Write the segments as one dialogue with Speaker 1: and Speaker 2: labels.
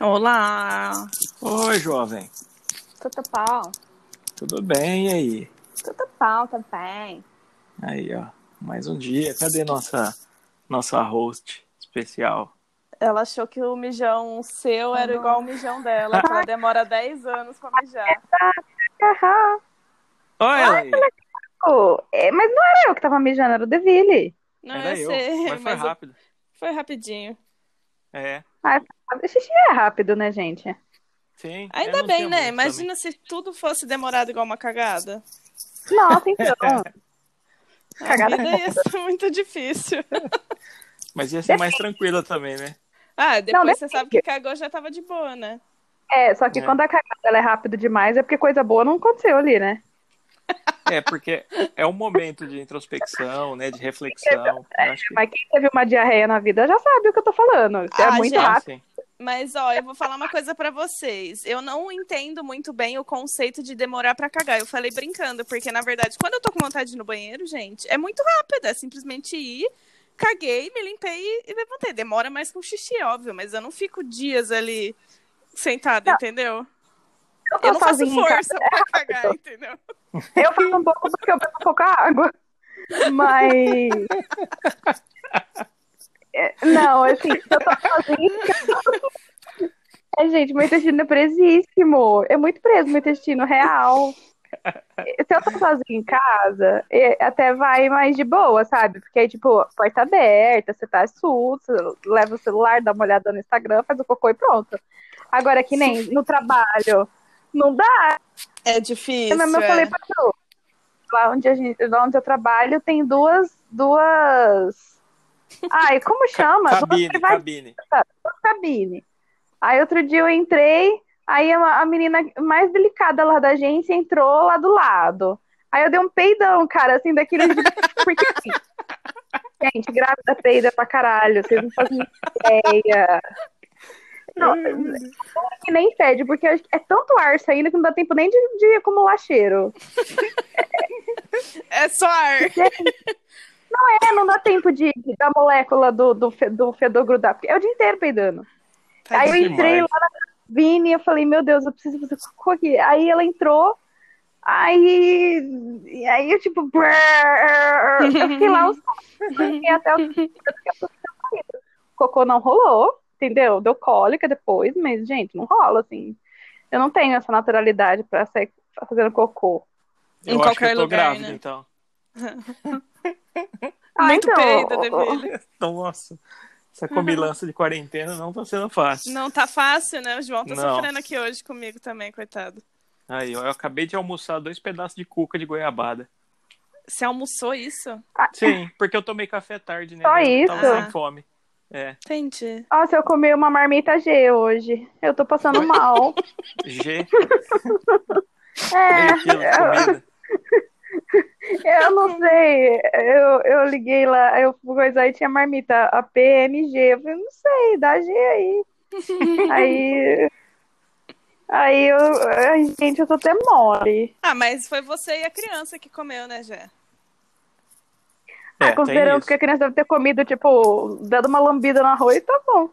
Speaker 1: Olá!
Speaker 2: Oi, jovem.
Speaker 3: Tudo pau.
Speaker 2: Tudo bem? E aí?
Speaker 3: Tudo pau também.
Speaker 2: Aí, ó. Mais um dia. Cadê nossa, nossa host especial?
Speaker 3: Ela achou que o mijão seu era igual o mijão dela, que ela demora 10 anos pra mijar.
Speaker 4: Aham.
Speaker 3: Ah,
Speaker 2: Oi, Elaine.
Speaker 4: Pô, é, mas não era eu que tava mijando, era o Deville.
Speaker 3: Não,
Speaker 2: Era
Speaker 3: eu
Speaker 2: eu.
Speaker 3: sei,
Speaker 2: Mas foi
Speaker 3: mas eu-
Speaker 2: rápido.
Speaker 3: foi rapidinho.
Speaker 2: É.
Speaker 4: O xixi é rápido, né, gente?
Speaker 2: Sim. Eu
Speaker 3: Ainda
Speaker 2: não
Speaker 3: bem,
Speaker 2: tinha
Speaker 3: né?
Speaker 2: muito
Speaker 3: Imagina se tudo fosse demorado igual uma cagada.
Speaker 4: Nossa, então.
Speaker 3: A
Speaker 4: Cagada.
Speaker 3: vida ia ser muito difícil.
Speaker 2: também. Mas ia ser mais tranquila também, né?
Speaker 3: Ah, depois
Speaker 4: Não,
Speaker 3: você sabe que cagou já tava de boa, né?
Speaker 4: É, só que
Speaker 2: É.
Speaker 4: quando a cagada ela é rápido demais, é porque coisa boa não aconteceu ali, né?
Speaker 2: É, porque é um momento de introspecção, né? De reflexão. Eu acho que
Speaker 4: Mas quem teve uma diarreia na vida já sabe o que eu tô falando. É
Speaker 3: Ah,
Speaker 4: muito
Speaker 3: gente.
Speaker 4: rápido.
Speaker 2: sim.
Speaker 3: Mas, ó, eu vou falar uma coisa pra vocês. Eu não entendo muito bem o conceito de demorar pra cagar. Eu falei brincando, porque, na verdade, quando eu tô com vontade de ir no banheiro, gente, é muito rápido. É simplesmente ir, caguei, me limpei e- e levantei. Demora mais com xixi, óbvio, mas eu não fico dias ali sentada, entendeu?
Speaker 4: Eu tô
Speaker 3: Eu não faço
Speaker 4: sozinha em casa.
Speaker 3: força pra cagar, entendeu?
Speaker 4: Eu faço um pouco porque eu bebo pouca água. Mas. É, Não, assim, eu tô sozinha. É, gente, meu intestino é presíssimo. É muito preso meu intestino, real. Se eu tô sozinha em casa, é, até vai mais de boa, sabe? Porque aí, tipo, porta aberta, você tá susto, leva o celular, dá uma olhada no Instagram, faz o cocô e pronto. Agora, que nem no trabalho, não dá.
Speaker 3: É difícil.
Speaker 4: Eu mesmo eu
Speaker 3: é.
Speaker 4: falei pra tu. Lá onde, a gente, lá onde eu trabalho tem duas. duas. Ai, como chama? duas
Speaker 2: Cabine,
Speaker 4: privadas
Speaker 2: cabine.
Speaker 4: cabine. Aí outro dia eu entrei, aí a, a menina mais delicada lá da agência entrou lá do lado. Aí eu dei um peidão, cara, assim, daquele. de- Porque assim. Gente, grávida peida pra caralho, vocês não fazem ideia. Não, é que nem fede, porque é tanto ar saindo que não dá tempo nem de- de acumular cheiro.
Speaker 3: É só ar.
Speaker 4: É, não dá tempo de, de- da molécula do, do, fe- do fedor grudar, porque é o dia inteiro peidando.
Speaker 3: É Tá
Speaker 4: Aí eu
Speaker 2: demais.
Speaker 4: entrei lá na Vini e eu falei, meu Deus, eu preciso fazer cocô aqui. Aí ela entrou, aí, e aí eu tipo, brrr, eu fiquei lá uns fiquei até o cocô não rolou, entendeu? Deu cólica depois, mas, gente, não rola, assim. Eu não tenho essa naturalidade pra sair fazendo cocô.
Speaker 2: Eu
Speaker 3: Em
Speaker 2: acho que
Speaker 3: qualquer
Speaker 2: eu tô
Speaker 3: lugar,
Speaker 2: grávida,
Speaker 3: né?
Speaker 2: então.
Speaker 4: Ah,
Speaker 3: Muito
Speaker 4: então,
Speaker 3: peido, Deville.
Speaker 2: Nossa, essa comilança de quarentena não tá sendo fácil.
Speaker 3: Não tá fácil, né? O João tá
Speaker 2: Não.
Speaker 3: sofrendo aqui hoje comigo também, coitado.
Speaker 2: Aí, ó, eu acabei de almoçar dois pedaços de cuca de goiabada.
Speaker 3: Você almoçou isso?
Speaker 2: Sim, porque eu tomei café tarde, né?
Speaker 4: Só
Speaker 2: Eu Tava
Speaker 3: isso?
Speaker 2: sem fome. É,
Speaker 3: Entendi.
Speaker 4: Nossa, eu comi uma marmita G hoje. Eu tô passando mal.
Speaker 2: G, meio quilo de comida.
Speaker 4: É, eu, eu não sei. Eu, eu liguei lá, eu fui coisar e tinha marmita, a PMG. Eu falei, não sei, dá G aí. Aí. Aí eu. Ai, gente, eu tô até mole.
Speaker 3: Ah, mas foi você e a criança que comeu, né, Jé?
Speaker 2: É,
Speaker 4: ah, considerando que a criança deve ter comido, tipo, dado uma lambida no arroz, tá bom.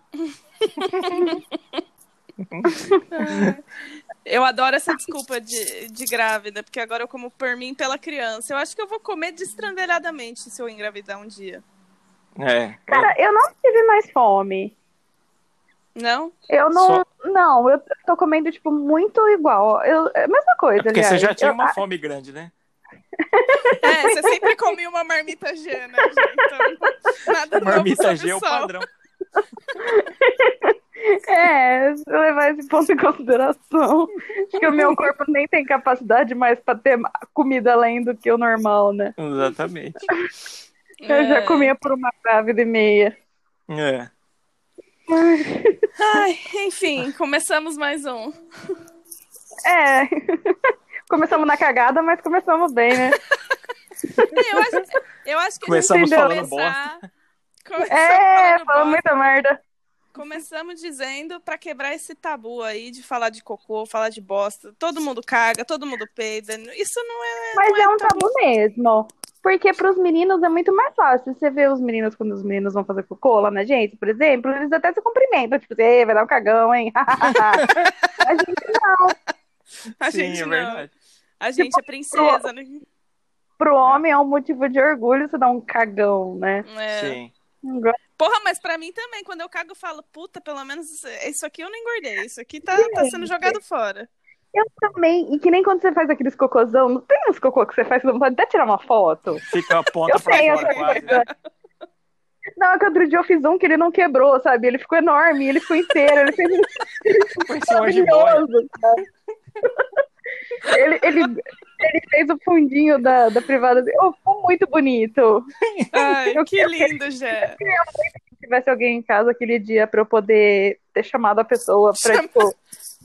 Speaker 3: Eu adoro essa desculpa de, de grávida, porque agora eu como por mim e pela criança. Eu acho que eu vou comer destrangueiradamente se eu engravidar um dia.
Speaker 2: isso. É,
Speaker 4: Cara, eu não tive mais fome.
Speaker 3: Não?
Speaker 4: Eu não.
Speaker 2: Só-
Speaker 4: Não, eu tô comendo, tipo, muito igual. Eu, é a mesma coisa,
Speaker 2: é porque você
Speaker 4: aliás.
Speaker 2: já tinha
Speaker 4: Eu-
Speaker 2: uma fome grande, né?
Speaker 3: É, você sempre comia uma marmita G, né, Jé? Então, nada novo
Speaker 2: Marmita
Speaker 3: sob
Speaker 2: G é
Speaker 3: o
Speaker 2: o
Speaker 3: sol.
Speaker 2: padrão.
Speaker 4: É, se eu levar esse ponto em consideração, acho que o meu corpo nem tem capacidade mais pra ter ma- comida além do que o normal, né?
Speaker 2: Exatamente.
Speaker 4: Eu já
Speaker 3: É.
Speaker 4: comia por uma grávida e meia.
Speaker 2: É.
Speaker 3: Ai, enfim, começamos mais um.
Speaker 4: É. Começamos na cagada, mas começamos bem, né?
Speaker 3: É, Eu acho, eu acho que
Speaker 2: Começamos
Speaker 3: a gente
Speaker 2: falando
Speaker 3: tem que começar... Começamos
Speaker 4: É,
Speaker 3: falando
Speaker 4: falou
Speaker 3: bosta.
Speaker 4: muita merda.
Speaker 3: Começamos dizendo pra quebrar esse tabu aí de falar de cocô, falar de bosta. Todo mundo caga, todo mundo peida. Isso não é.
Speaker 4: Mas
Speaker 3: não
Speaker 4: é um tabu mesmo. Porque pros meninos é muito mais fácil. Você vê os meninos quando os meninos vão fazer cocô lá na gente, por exemplo, eles até se cumprimentam, tipo, "Ei, vai dar um cagão, hein? a gente não.
Speaker 3: A
Speaker 2: Sim,
Speaker 3: gente
Speaker 2: é
Speaker 3: não.
Speaker 2: verdade.
Speaker 3: A gente é princesa, né?
Speaker 4: Pro homem é um motivo de orgulho você dar um cagão, né?
Speaker 3: É.
Speaker 2: Sim.
Speaker 4: Não gosto.
Speaker 3: Porra, mas pra mim também, quando eu cago, eu falo, puta, pelo menos isso- isso aqui eu não engordei. Isso aqui tá, tá sendo jogado fora.
Speaker 4: Eu também. E que nem quando você faz aqueles cocôzão, não tem uns cocô que você faz, que você não pode até tirar uma foto.
Speaker 2: Fica a ponta
Speaker 4: Eu
Speaker 2: pra
Speaker 4: sei, eu
Speaker 2: fora
Speaker 4: sei.
Speaker 2: quase. né?
Speaker 4: Não, é que outro dia eu fiz um que ele não quebrou, sabe? Ele ficou enorme, ele ficou inteiro, ele fez um
Speaker 2: Foi em cima de boia.
Speaker 4: maravilhoso. cara. Ele, ele, ele fez o fundinho da, da privada. dele. Oh, ficou muito bonito.
Speaker 3: Ai,
Speaker 4: Eu
Speaker 3: que
Speaker 4: quero-
Speaker 3: lindo, Jé.
Speaker 4: Se tivesse alguém em casa aquele dia pra eu poder ter chamado a pessoa pra,
Speaker 3: Chama-
Speaker 4: tipo,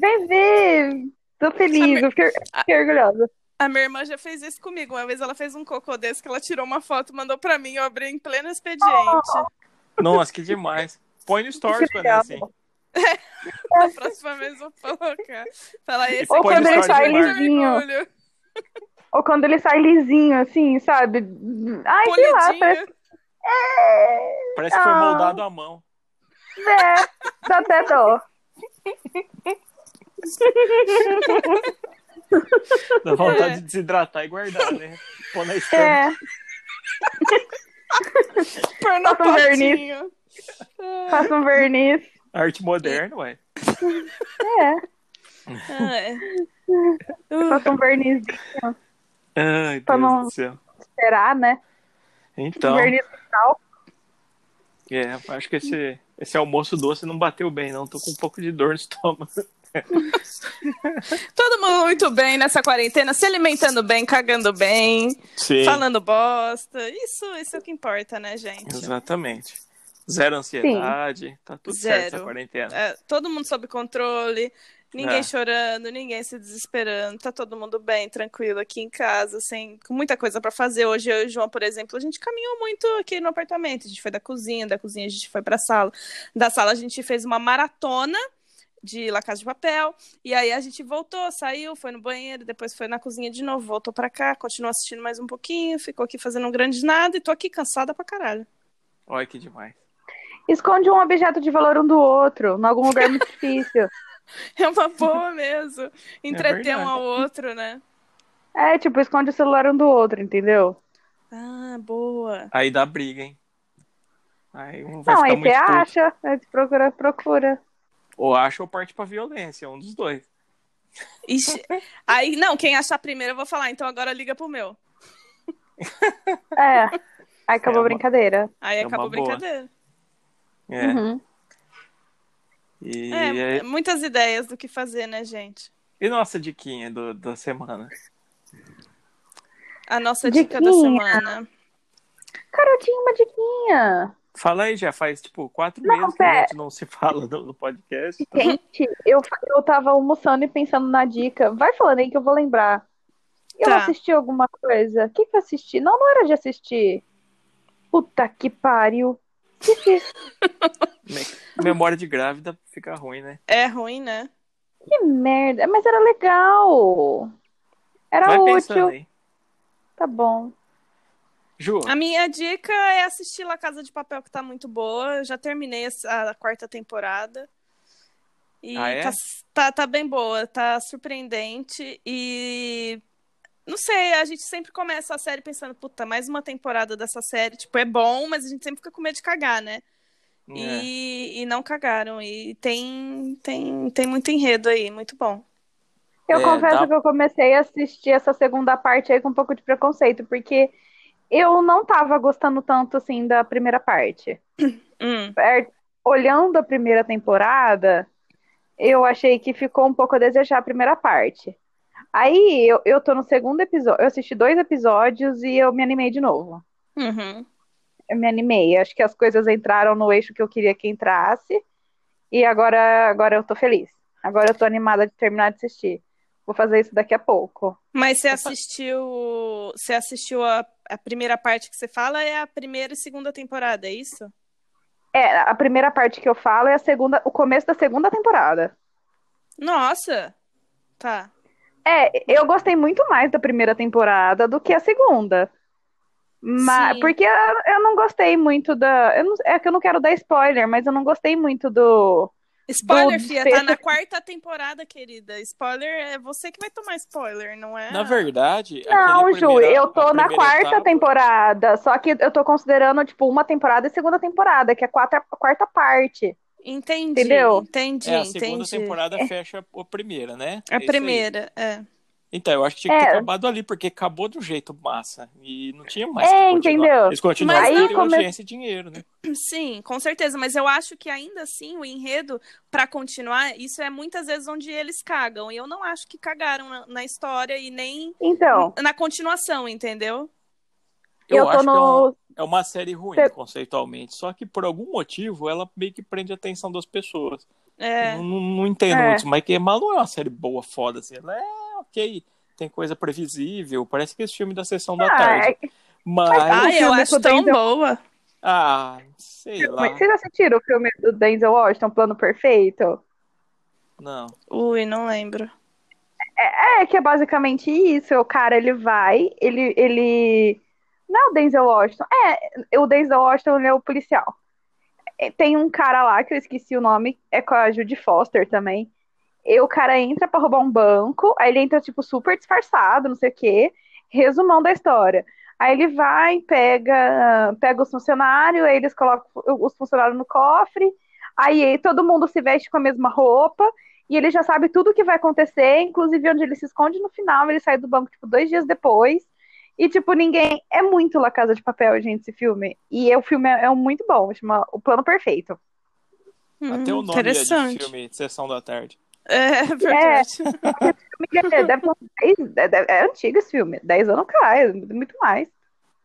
Speaker 4: vem ver. Tô feliz, eu fiquei, fiquei orgulhosa.
Speaker 3: A minha irmã já fez isso comigo. Uma vez ela fez um cocô desse que ela tirou uma foto, mandou pra mim, eu abri em pleno expediente.
Speaker 2: Nossa, que demais. Põe no stories
Speaker 4: Que
Speaker 2: quando é assim.
Speaker 4: legal.
Speaker 3: Na próxima vez eu vou colocar. Fala, esse
Speaker 4: Ou
Speaker 3: aqui
Speaker 2: quando
Speaker 3: é
Speaker 2: ele
Speaker 3: o
Speaker 2: sai
Speaker 3: motivo de
Speaker 4: lisinho.
Speaker 3: orgulho.
Speaker 4: Ou quando ele sai lisinho, assim, sabe? Ai, sei lá, parece.
Speaker 3: Polidinho.
Speaker 4: É,
Speaker 2: Parece que foi
Speaker 4: Ah.
Speaker 2: moldado à mão.
Speaker 4: é, dá até dó.
Speaker 2: Dá vontade
Speaker 3: É.
Speaker 2: de desidratar e guardar, né? Pô na estante.
Speaker 4: É,
Speaker 3: Pôr no
Speaker 4: Passa um verniz.
Speaker 3: potinho. Ah,
Speaker 4: passa um verniz.
Speaker 2: Arte moderna, ué.
Speaker 4: É,
Speaker 3: ah,
Speaker 4: passa um verniz
Speaker 2: Ai,
Speaker 4: Pra
Speaker 2: Deus
Speaker 4: não-
Speaker 2: do céu.
Speaker 4: esperar, né?
Speaker 2: Então,
Speaker 4: Verniz
Speaker 2: é, acho que esse, esse almoço doce não bateu bem, não. Tô com um pouco de dor no estômago.
Speaker 3: é. Todo mundo muito bem nessa quarentena, se alimentando bem, cagando bem,
Speaker 2: Sim.
Speaker 3: falando bosta. Isso, isso é o que importa, né, gente?
Speaker 2: Exatamente. Zero ansiedade. Tá tudo certo
Speaker 3: Zero.
Speaker 2: essa quarentena.
Speaker 3: É, todo mundo sob controle, ninguém
Speaker 2: É.
Speaker 3: chorando, ninguém se desesperando, tá todo mundo bem, tranquilo aqui em casa, sem com muita coisa pra fazer. Hoje eu e o João, por exemplo, a gente caminhou muito aqui no apartamento. A gente foi da cozinha, da cozinha a gente foi pra sala, da sala a gente fez uma maratona de La Casa de Papel, e aí a gente voltou, saiu, foi no banheiro, depois foi na cozinha de novo, voltou pra cá, continuou assistindo mais um pouquinho, ficou aqui fazendo um grande nada e tô aqui cansada pra caralho.
Speaker 2: Olha que demais.
Speaker 4: Esconde um objeto de valor um do outro, em algum lugar muito difícil.
Speaker 3: É uma boa mesmo, entreter um
Speaker 2: É verdade.
Speaker 3: ao outro, né?
Speaker 4: É, tipo, esconde o celular um do outro, entendeu?
Speaker 3: Ah, boa.
Speaker 2: Aí dá briga, hein? Aí um vai
Speaker 4: Não,
Speaker 2: ficar
Speaker 4: aí você
Speaker 2: muito puto.
Speaker 4: acha, aí você procura, procura.
Speaker 2: Ou acha ou parte pra violência, um dos dois.
Speaker 3: Ixi, aí, não, quem achar primeiro eu vou falar, então agora liga pro meu.
Speaker 4: É. Aí
Speaker 2: É
Speaker 4: acabou
Speaker 2: uma-
Speaker 4: a brincadeira.
Speaker 3: Aí
Speaker 2: É uma
Speaker 3: acabou a
Speaker 2: boa.
Speaker 3: brincadeira.
Speaker 2: É.
Speaker 4: Uhum.
Speaker 2: E,
Speaker 3: É,
Speaker 2: é-
Speaker 3: muitas ideias do que fazer, né, gente?
Speaker 2: e nossa diquinha do- da semana?
Speaker 3: A nossa dica da
Speaker 4: Diquinha.
Speaker 3: semana.
Speaker 4: Cara, eu tinha uma diquinha.
Speaker 2: Fala aí, já faz tipo quatro
Speaker 4: Não, é.
Speaker 2: meses que a
Speaker 4: pera.
Speaker 2: gente não se fala no, no podcast.
Speaker 4: Gente, eu, eu tava almoçando e pensando na dica. Vai falando aí que eu vou lembrar. Eu
Speaker 3: Tá.
Speaker 4: assisti alguma coisa. O que, que eu assisti? Não, não era de assistir. Puta que pariu. Esqueci.
Speaker 2: Me- Memória de grávida fica ruim, né?
Speaker 3: É ruim, né?
Speaker 4: Que merda. Mas era legal. Era
Speaker 2: Vai
Speaker 4: útil.
Speaker 2: pensando aí.
Speaker 4: Tá bom.
Speaker 2: Ju,
Speaker 3: A minha dica é assistir La Casa de Papel, que tá muito boa. Eu já terminei essa- a quarta temporada. E
Speaker 2: Ah, é?
Speaker 3: tá, tá, tá bem boa, tá surpreendente. E não sei, a gente sempre começa a série pensando, puta, mais uma temporada dessa série. Tipo, é bom, mas a gente sempre fica com medo de cagar, né?
Speaker 4: Ah,
Speaker 2: é,
Speaker 3: E, e não cagaram. E tem, tem, tem muito enredo aí, muito bom.
Speaker 4: Eu
Speaker 2: É,
Speaker 4: confesso
Speaker 2: dá-
Speaker 4: que eu comecei a assistir essa segunda parte aí com um pouco de preconceito, porque eu não tava gostando tanto assim da primeira parte.
Speaker 3: Hum.
Speaker 4: É, Olhando a primeira temporada, eu achei que ficou um pouco a desejar a primeira parte. Aí eu, eu tô no segundo episódio, eu assisti dois episódios e eu me animei de novo.
Speaker 3: Uhum.
Speaker 4: Eu me animei, acho que as coisas entraram no eixo que eu queria que entrasse, e agora, agora eu tô feliz. Agora eu tô animada de terminar de assistir. Vou fazer isso daqui a pouco.
Speaker 3: Mas você assistiu. Você assistiu a, a primeira parte que você fala é a primeira e segunda temporada, é isso?
Speaker 4: É, a primeira parte que eu falo é a segunda, o começo da segunda temporada.
Speaker 3: Nossa! Tá.
Speaker 4: É, eu gostei muito mais da primeira temporada do que a segunda. Mas,
Speaker 3: Sim.
Speaker 4: porque eu, eu não gostei muito da. eu não- é que eu não quero dar spoiler, mas eu não gostei muito do.
Speaker 3: Spoiler,
Speaker 4: Do
Speaker 3: filha, tá na quarta temporada, querida. Spoiler é você que vai tomar spoiler, não é?
Speaker 2: Na verdade.
Speaker 4: Não,
Speaker 2: aquele
Speaker 4: Ju,
Speaker 2: primeira-
Speaker 4: eu tô
Speaker 2: a
Speaker 4: na
Speaker 2: primeira
Speaker 4: quarta
Speaker 2: etapa-
Speaker 4: temporada. Só que eu tô considerando, tipo, uma temporada e segunda temporada, que é a quarta, a quarta parte.
Speaker 3: Entendi,
Speaker 4: Entendeu?
Speaker 3: entendi,
Speaker 2: É, a segunda
Speaker 3: entendi.
Speaker 2: temporada fecha a primeira, né? É
Speaker 3: A
Speaker 2: isso aí.
Speaker 3: primeira, é.
Speaker 2: Então, eu acho que tinha que ter
Speaker 4: É.
Speaker 2: acabado ali, porque acabou do jeito massa. E não tinha mais.
Speaker 4: É,
Speaker 2: que continuar.
Speaker 4: entendeu?
Speaker 2: Eles continuaram
Speaker 3: Mas
Speaker 2: porque
Speaker 3: aí
Speaker 2: tem
Speaker 4: come-
Speaker 2: audiência e dinheiro, né?
Speaker 3: Sim, com certeza, mas eu acho que ainda assim o enredo, pra continuar, isso é muitas vezes onde eles cagam. E eu não acho que cagaram na, na história e nem
Speaker 4: Então,
Speaker 3: na continuação, entendeu?
Speaker 4: eu tô
Speaker 2: acho que é um-
Speaker 4: no.
Speaker 2: é uma série ruim,
Speaker 4: Você-
Speaker 2: conceitualmente. Só que por algum motivo ela meio que prende a atenção das pessoas.
Speaker 3: É,
Speaker 2: Não, não entendo
Speaker 4: É.
Speaker 2: muito isso, mas que mas não é uma série boa, foda, assim. Ela é ok, tem coisa previsível. Parece que esse filme da sessão da
Speaker 4: Ah,
Speaker 2: tarde.
Speaker 4: é-
Speaker 2: Mas.
Speaker 4: tá-
Speaker 3: Ai, eu
Speaker 4: filme
Speaker 3: acho
Speaker 4: com
Speaker 3: tão
Speaker 4: Denzel-
Speaker 3: boa.
Speaker 2: Ah, sei lá.
Speaker 4: mas vocês assistiram o filme do Denzel Washington, Plano Perfeito?
Speaker 2: Não.
Speaker 3: Ui, não lembro.
Speaker 4: É, que é basicamente isso. O cara, ele vai, ele, ele... Não é o Denzel Washington. É, o Denzel Washington, ele é o policial. É, Tem um cara lá, que eu esqueci o nome, é com a Judy Foster também. E o cara entra pra roubar um banco, aí ele entra, tipo, super disfarçado, não sei o quê. Resumão da história. Aí ele vai, pega, pega os funcionários, aí eles colocam os funcionários no cofre, aí todo mundo se veste com a mesma roupa, e ele já sabe tudo o que vai acontecer, inclusive onde ele se esconde no final, ele sai do banco, tipo, dois dias depois. E, tipo, ninguém. É muito La Casa de Papel, gente, esse filme. E é- o filme é, é muito bom, chama O Plano Perfeito.
Speaker 2: Até
Speaker 3: Hum,
Speaker 2: o nome é de
Speaker 3: interessante.
Speaker 2: filme de sessão da tarde.
Speaker 3: É verdade.
Speaker 4: Deve ter- deve ter uns dez- é, deve- é antigo esse filme, 10 anos atrás, muito mais.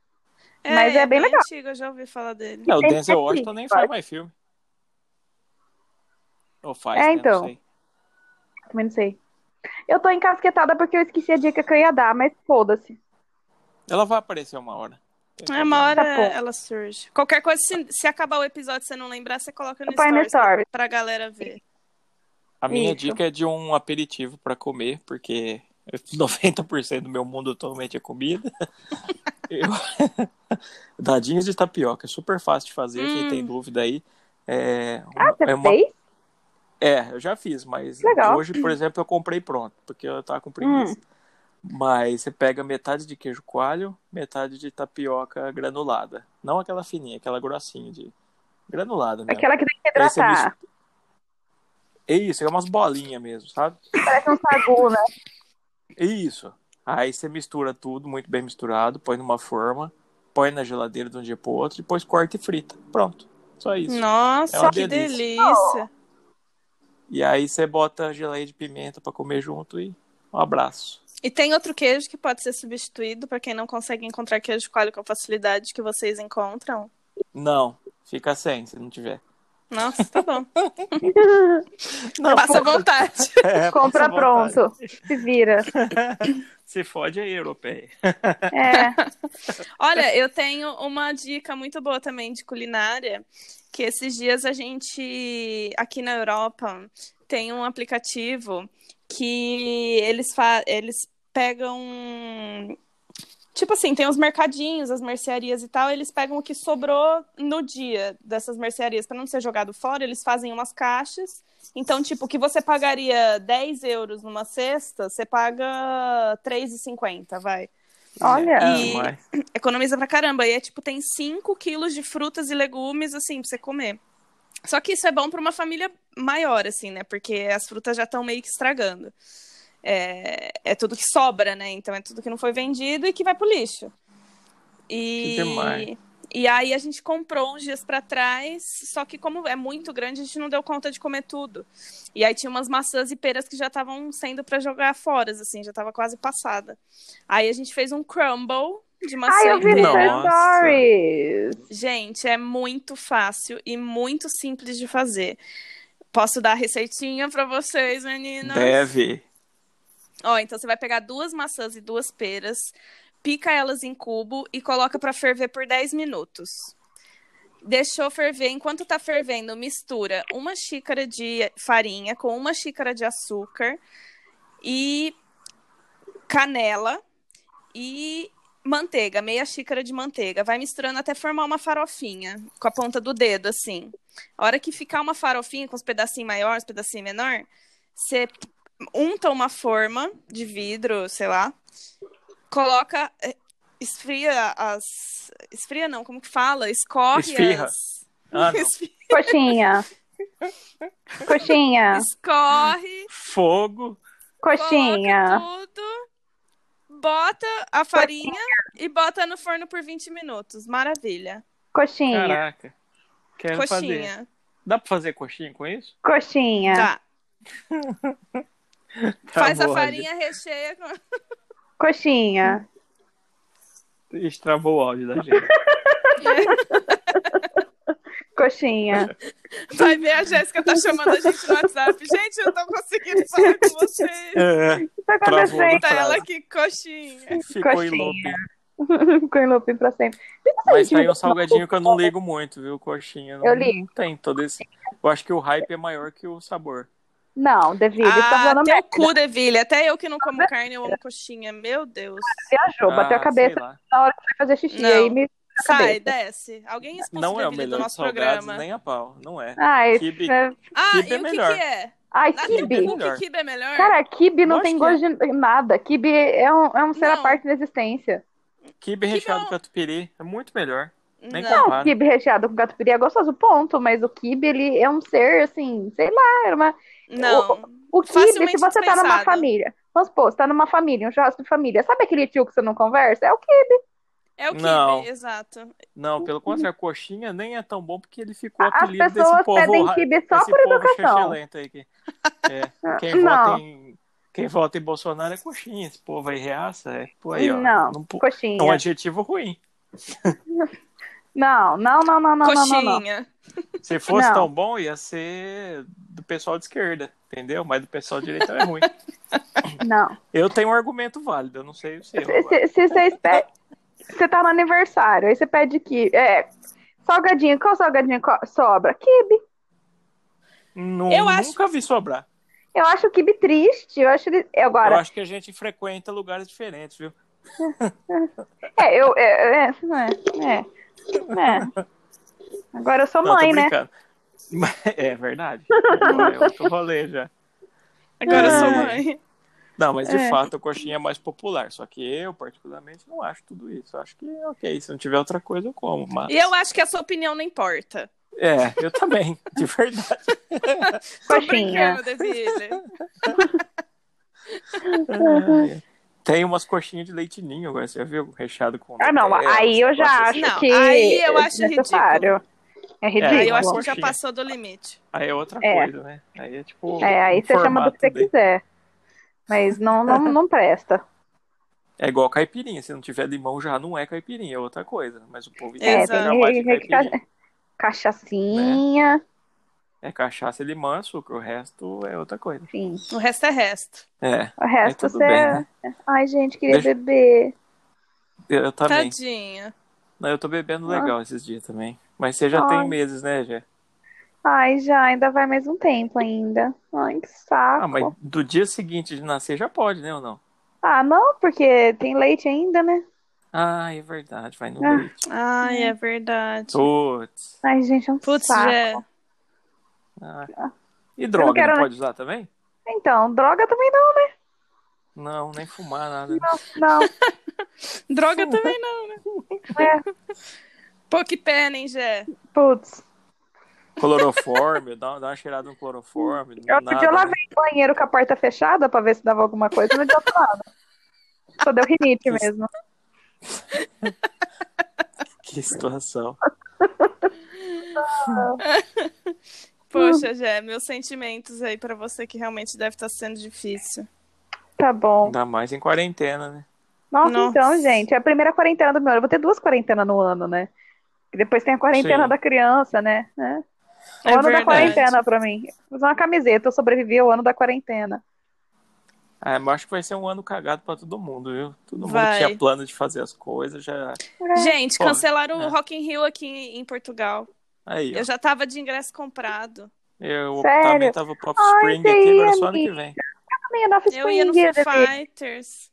Speaker 4: Mas é bem legal.
Speaker 3: antigo, eu já ouvi falar dele.
Speaker 2: É, o
Speaker 4: Tem
Speaker 2: Denzel
Speaker 4: Netflix,
Speaker 2: Washington nem
Speaker 4: eu
Speaker 2: faz
Speaker 4: acho.
Speaker 2: mais filme. Ou faz,
Speaker 4: É,
Speaker 2: né? Não
Speaker 4: então.
Speaker 2: sei.
Speaker 4: Também não sei. Eu tô encasquetada porque eu esqueci a dica que eu ia dar, mas foda-se.
Speaker 2: Ela vai aparecer uma hora.
Speaker 3: É, uma hora
Speaker 4: Tá bom.
Speaker 3: ela surge. Qualquer coisa, se, se acabar o episódio e você não lembrar, você coloca no
Speaker 4: Põe no
Speaker 3: stories
Speaker 4: stories.
Speaker 3: pra galera ver.
Speaker 2: A minha
Speaker 4: Isso.
Speaker 2: dica é de um aperitivo pra comer, porque 90% do meu mundo atualmente é comida. Eu... Dadinhos de tapioca, é super fácil de fazer, quem
Speaker 3: Hum.
Speaker 2: tem dúvida aí. É,
Speaker 4: Ah, você
Speaker 2: é uma-
Speaker 4: fez?
Speaker 2: É, eu já fiz, mas
Speaker 4: Legal.
Speaker 2: hoje, por exemplo, eu comprei pronto, porque eu tava com preguiça.
Speaker 4: Hum.
Speaker 2: Mas você pega metade de queijo coalho, metade de tapioca granulada. Não aquela fininha, aquela grossinha de granulada mesmo.
Speaker 4: Aquela que tem que
Speaker 2: Aí você
Speaker 4: hidratar.
Speaker 2: É isso, é umas bolinhas mesmo, sabe?
Speaker 4: Parece um sagu, né?
Speaker 2: É isso. Aí você mistura tudo, muito bem misturado, põe numa forma, põe na geladeira de um dia pro outro, depois corta e frita. Pronto. Só isso. É
Speaker 3: Nossa,
Speaker 2: uma
Speaker 3: que
Speaker 2: delícia.
Speaker 3: delícia.
Speaker 2: E aí você bota geleia de pimenta pra comer junto e um abraço.
Speaker 3: E tem outro queijo que pode ser substituído pra quem não consegue encontrar queijo coalho com facilidade que vocês encontram.
Speaker 2: Não, fica sem se não tiver.
Speaker 3: Nossa, tá bom.
Speaker 2: Não,
Speaker 3: Passa à vontade.
Speaker 2: é, passa à
Speaker 4: Compra
Speaker 2: vontade.
Speaker 4: pronto. Se vira.
Speaker 2: Se fode aí, europeia.
Speaker 4: É.
Speaker 3: Olha, eu tenho uma dica muito boa também de culinária, que esses dias a gente, aqui na Europa, tem um aplicativo que eles, fa eles pegam. Tipo assim, tem os mercadinhos, as mercearias e tal, eles pegam o que sobrou no dia dessas mercearias, para não ser jogado fora, eles fazem umas caixas. Então, tipo, o que você pagaria 10 euros numa cesta, você paga 3,50, vai.
Speaker 4: Olha.
Speaker 2: É,
Speaker 3: E-
Speaker 2: mas-
Speaker 3: Economiza pra caramba. E é tipo, tem 5 quilos de frutas e legumes, assim, pra você comer. Só que isso é bom pra uma família maior, assim, né? Porque as frutas já estão meio que estragando. É, é tudo que sobra, né? Então é tudo que não foi vendido e que vai pro lixo. E,
Speaker 2: Que demais.
Speaker 3: e aí a gente comprou uns dias pra trás, só que como é muito grande, a gente não deu conta de comer tudo. E aí tinha umas maçãs e peras que já estavam sendo pra jogar fora, assim, já tava quase passada. Aí a gente fez um crumble de maçã
Speaker 4: Ai, eu
Speaker 3: e
Speaker 4: vi no
Speaker 3: pera.
Speaker 2: Nossa.
Speaker 4: seu stories.
Speaker 3: Gente, é muito fácil e muito simples de fazer. Posso dar a receitinha pra vocês, meninas?
Speaker 2: Deve.
Speaker 3: Ó, então você vai pegar duas maçãs e duas peras, pica elas em cubo e coloca pra ferver por 10 minutos. Deixou ferver, enquanto tá fervendo, mistura uma xícara de farinha com uma xícara de açúcar e canela e Manteiga, meia xícara de manteiga. Vai misturando até formar uma farofinha com a ponta do dedo, assim. A hora que ficar uma farofinha com os pedacinhos maiores, os pedacinhos menor, você unta uma forma de vidro, sei lá, coloca, eh, esfria as, esfria não, como que fala? Escorre
Speaker 2: Esfirra.
Speaker 3: as,
Speaker 2: Ah, não.
Speaker 3: Esfi-
Speaker 4: Coxinha. Coxinha.
Speaker 3: escorre,
Speaker 2: Fogo.
Speaker 4: Coxinha.
Speaker 3: coloca tudo, bota a farinha e bota no forno por 20 minutos. Maravilha.
Speaker 4: Coxinha.
Speaker 2: Caraca. Quero fazer.
Speaker 3: Coxinha.
Speaker 2: Dá pra fazer coxinha com isso?
Speaker 4: Coxinha.
Speaker 3: Tá.
Speaker 2: Tá
Speaker 3: Faz a
Speaker 2: bom,
Speaker 3: farinha, recheia com
Speaker 4: Coxinha.
Speaker 2: gente. Estravou o áudio da gente.
Speaker 4: Coxinha.
Speaker 3: Vai ver, a Jéssica tá chamando a gente no WhatsApp. Gente, eu não tô conseguindo falar com vocês.
Speaker 2: É,
Speaker 4: O que tá
Speaker 2: Travou.
Speaker 4: acontecendo
Speaker 3: Tá ela aqui, coxinha.
Speaker 2: ficou em
Speaker 4: Coxinha.
Speaker 2: looping.
Speaker 4: com o Lupin pra sempre? Por que que a
Speaker 2: Mas
Speaker 4: gente
Speaker 2: tá aí
Speaker 4: não-
Speaker 2: um salgadinho que eu não ligo muito, viu? Coxinha. Não
Speaker 4: Eu ligo.
Speaker 2: Tem todo esse. Eu acho que o hype é maior que o sabor.
Speaker 4: Não, Deville, tá
Speaker 3: Ah,
Speaker 4: falando
Speaker 3: teu
Speaker 4: merda.
Speaker 3: cu, Deville. Até eu que não
Speaker 4: Tá
Speaker 3: como carne, eu amo coxinha. Meu Deus.
Speaker 4: Viajou, bateu
Speaker 2: Ah,
Speaker 4: a cabeça
Speaker 2: sei lá.
Speaker 4: na hora que foi fazer xixi.
Speaker 3: Não.
Speaker 4: Aí me...
Speaker 3: Sai, desce. Alguém expulsa
Speaker 2: Não
Speaker 3: o
Speaker 2: é o
Speaker 3: Deville do
Speaker 2: melhor
Speaker 3: nosso
Speaker 2: salgado,
Speaker 3: programa.
Speaker 2: nem a pau. Não é.
Speaker 4: Ai,
Speaker 2: Kibe.
Speaker 4: é-
Speaker 3: Ah,
Speaker 2: Kibe
Speaker 3: e
Speaker 2: é
Speaker 3: o que
Speaker 2: melhor.
Speaker 3: que é?
Speaker 4: Ai
Speaker 3: Lá
Speaker 2: Kibe é
Speaker 4: kibe.
Speaker 3: tem cu
Speaker 2: melhor.
Speaker 3: que kibe é melhor?
Speaker 4: Cara, kibe não
Speaker 2: Eu
Speaker 4: tem
Speaker 2: acho
Speaker 4: gosto de nada. Kibe é um, é um ser à
Speaker 3: Não.
Speaker 4: parte da existência.
Speaker 2: Kibe recheado
Speaker 3: bom.
Speaker 2: com catupiry é muito melhor. nem
Speaker 3: não.
Speaker 4: Não,
Speaker 2: Claro.
Speaker 4: kibe recheado com catupiry é gostoso, ponto. Mas o kibe, ele é um ser, assim, sei lá. Era uma...
Speaker 3: não.
Speaker 4: O kibe, se
Speaker 3: Facilmente
Speaker 4: você tá numa
Speaker 3: dispensado.
Speaker 4: família... Vamos supor, você tá numa família, um churrasco de família. Sabe aquele tio que você não conversa? É o kibe.
Speaker 3: É o kibe,
Speaker 2: Não.
Speaker 3: exato.
Speaker 2: Não, pelo contrário, coxinha nem é tão bom porque ele ficou
Speaker 4: Uhum. As
Speaker 2: apelido desse
Speaker 4: pessoas
Speaker 2: povo.
Speaker 4: pedem
Speaker 2: ra-
Speaker 4: kibe só
Speaker 2: esse
Speaker 4: por
Speaker 2: povo
Speaker 4: educação. Ah,
Speaker 2: xexelento aí que- é, quem,
Speaker 4: Não.
Speaker 2: vota em, quem vota em Bolsonaro é coxinha. Esse povo aí reaça. É, pô, aí, ó,
Speaker 4: Não,
Speaker 2: não po- é um
Speaker 4: coxinha.
Speaker 2: adjetivo ruim.
Speaker 4: Não, não, não, não, não, não, não,
Speaker 3: coxinha.
Speaker 4: não.
Speaker 2: Se fosse
Speaker 4: Não.
Speaker 2: tão bom, ia ser do pessoal de esquerda, entendeu? Mas do pessoal de direita é ruim.
Speaker 4: Não.
Speaker 2: Eu tenho um argumento válido, eu não sei o seu. agora.
Speaker 4: Se, se você espera. Você tá no aniversário, aí você pede que. É, salgadinho, qual salgadinho co- sobra? Kibe.
Speaker 2: Nu-
Speaker 3: Eu acho-
Speaker 2: Nunca vi sobrar.
Speaker 4: Eu acho o kibe triste. Eu acho ele. é,
Speaker 2: Eu
Speaker 4: Agora.
Speaker 2: acho que a gente frequenta lugares diferentes, viu?
Speaker 4: É, eu. É, é, é, é. Agora eu sou
Speaker 2: Não, tô
Speaker 4: mãe, né?
Speaker 2: brincando. Mas- É verdade. Agora é outro rolê já.
Speaker 3: Agora eu sou
Speaker 4: Hum.
Speaker 2: É.
Speaker 3: mãe.
Speaker 2: Não, mas de
Speaker 4: É.
Speaker 2: fato a coxinha é mais popular. Só que eu, particularmente, não acho tudo isso. Eu Acho que ok. Se não tiver outra coisa, eu como. Mas...
Speaker 3: E eu acho que a sua opinião não importa.
Speaker 2: É, eu também, de verdade.
Speaker 3: Tô
Speaker 4: Coxinha.
Speaker 3: brincando, Deville.
Speaker 2: Ai, Tem umas coxinhas de leite ninho agora, você já viu? Recheado com.
Speaker 4: Ah, não.
Speaker 2: Nutella,
Speaker 4: Aí eu já
Speaker 2: negócio
Speaker 4: acho
Speaker 2: assim.
Speaker 3: Não,
Speaker 4: que.
Speaker 3: aí eu acho
Speaker 4: desnecessário. É
Speaker 3: Aí eu acho
Speaker 4: ridículo.
Speaker 3: que já
Speaker 2: Coxinha.
Speaker 3: passou do limite.
Speaker 2: Aí é outra
Speaker 4: É.
Speaker 2: coisa, né? Aí é tipo.
Speaker 4: É, aí
Speaker 2: um
Speaker 4: você chama do que você
Speaker 2: formato dele.
Speaker 4: quiser. Mas não, não, não presta.
Speaker 2: É igual caipirinha. Se não tiver limão, já não é caipirinha, é outra coisa. Mas o povo
Speaker 4: É,
Speaker 3: Exato.
Speaker 2: já bate
Speaker 4: tem que- que.
Speaker 2: caipirinha.
Speaker 4: Cachacinha,
Speaker 2: É cachaça, limão, açúcar. O resto é outra coisa.
Speaker 4: enfim.
Speaker 3: O resto é resto.
Speaker 2: É,
Speaker 4: O resto
Speaker 2: É, tudo
Speaker 4: você.
Speaker 2: bem,
Speaker 4: Ai, gente, queria
Speaker 2: Deixa-
Speaker 4: beber.
Speaker 2: eu, eu também.
Speaker 3: Tadinha.
Speaker 2: Não, eu tô bebendo
Speaker 4: Ah.
Speaker 2: legal esses dias também. Mas você já
Speaker 4: Ah.
Speaker 2: tem meses, né, Gê?
Speaker 4: Ai, já, ainda vai mais um tempo ainda. Ai, que saco.
Speaker 2: Ah, mas do dia seguinte de nascer já pode, né, ou não?
Speaker 4: Ah, não, porque tem leite ainda, né?
Speaker 2: Ah, é verdade, vai no
Speaker 4: Ah.
Speaker 2: leite.
Speaker 3: Ai, é verdade.
Speaker 2: Putz.
Speaker 4: Ai, gente, é um
Speaker 3: Putz,
Speaker 4: saco.
Speaker 3: Jé.
Speaker 2: Ah. E droga, não,
Speaker 4: quero, né?
Speaker 2: pode usar também?
Speaker 4: Então, droga também não,
Speaker 2: Não, nem fumar, nada.
Speaker 4: não.
Speaker 3: Droga também não.
Speaker 4: É,
Speaker 3: Pouco pena, hein, Jé?
Speaker 4: putz.
Speaker 2: Clorofórmio, dá, dá uma cheirada no clorofórmio.
Speaker 4: Outro dia
Speaker 2: nada,
Speaker 4: eu
Speaker 2: né?
Speaker 4: lavei o banheiro com a porta fechada pra ver se dava alguma coisa, não adianta nada. né? Só deu rinite mesmo.
Speaker 2: Que situação.
Speaker 4: Tá Hum.
Speaker 3: Poxa, Jé, meus sentimentos aí pra você que realmente deve estar sendo difícil.
Speaker 4: Tá bom.
Speaker 2: Ainda mais em quarentena, né?
Speaker 4: Nossa,
Speaker 3: Nossa.
Speaker 4: então, gente, é a primeira quarentena do meu ano. Eu vou ter duas quarentenas no ano, né? E depois tem a quarentena
Speaker 2: Sim.
Speaker 4: da criança, né? É. O
Speaker 3: É
Speaker 4: ano da
Speaker 3: verdade.
Speaker 4: quarentena pra mim. Vou usar uma camiseta, eu sobrevivi ao ano da quarentena.
Speaker 2: Ah, mas acho que vai ser um ano cagado pra todo mundo, viu? Todo mundo
Speaker 3: Vai.
Speaker 2: tinha plano de fazer as coisas, já.
Speaker 3: Gente,
Speaker 2: Porra,
Speaker 3: cancelaram
Speaker 2: né?
Speaker 3: o Rock in Rio aqui em Portugal.
Speaker 2: Aí, ó.
Speaker 3: Eu já tava de ingresso comprado.
Speaker 2: Eu
Speaker 4: Sério?
Speaker 2: também tava Pop
Speaker 4: Ai,
Speaker 2: Spring
Speaker 4: você
Speaker 2: aqui,
Speaker 4: ia,
Speaker 2: agora só ano que
Speaker 4: amiga.
Speaker 2: vem.
Speaker 4: Também é Nova
Speaker 3: Eu ia no
Speaker 4: Spring,
Speaker 3: Foo
Speaker 4: né?
Speaker 3: Fighters.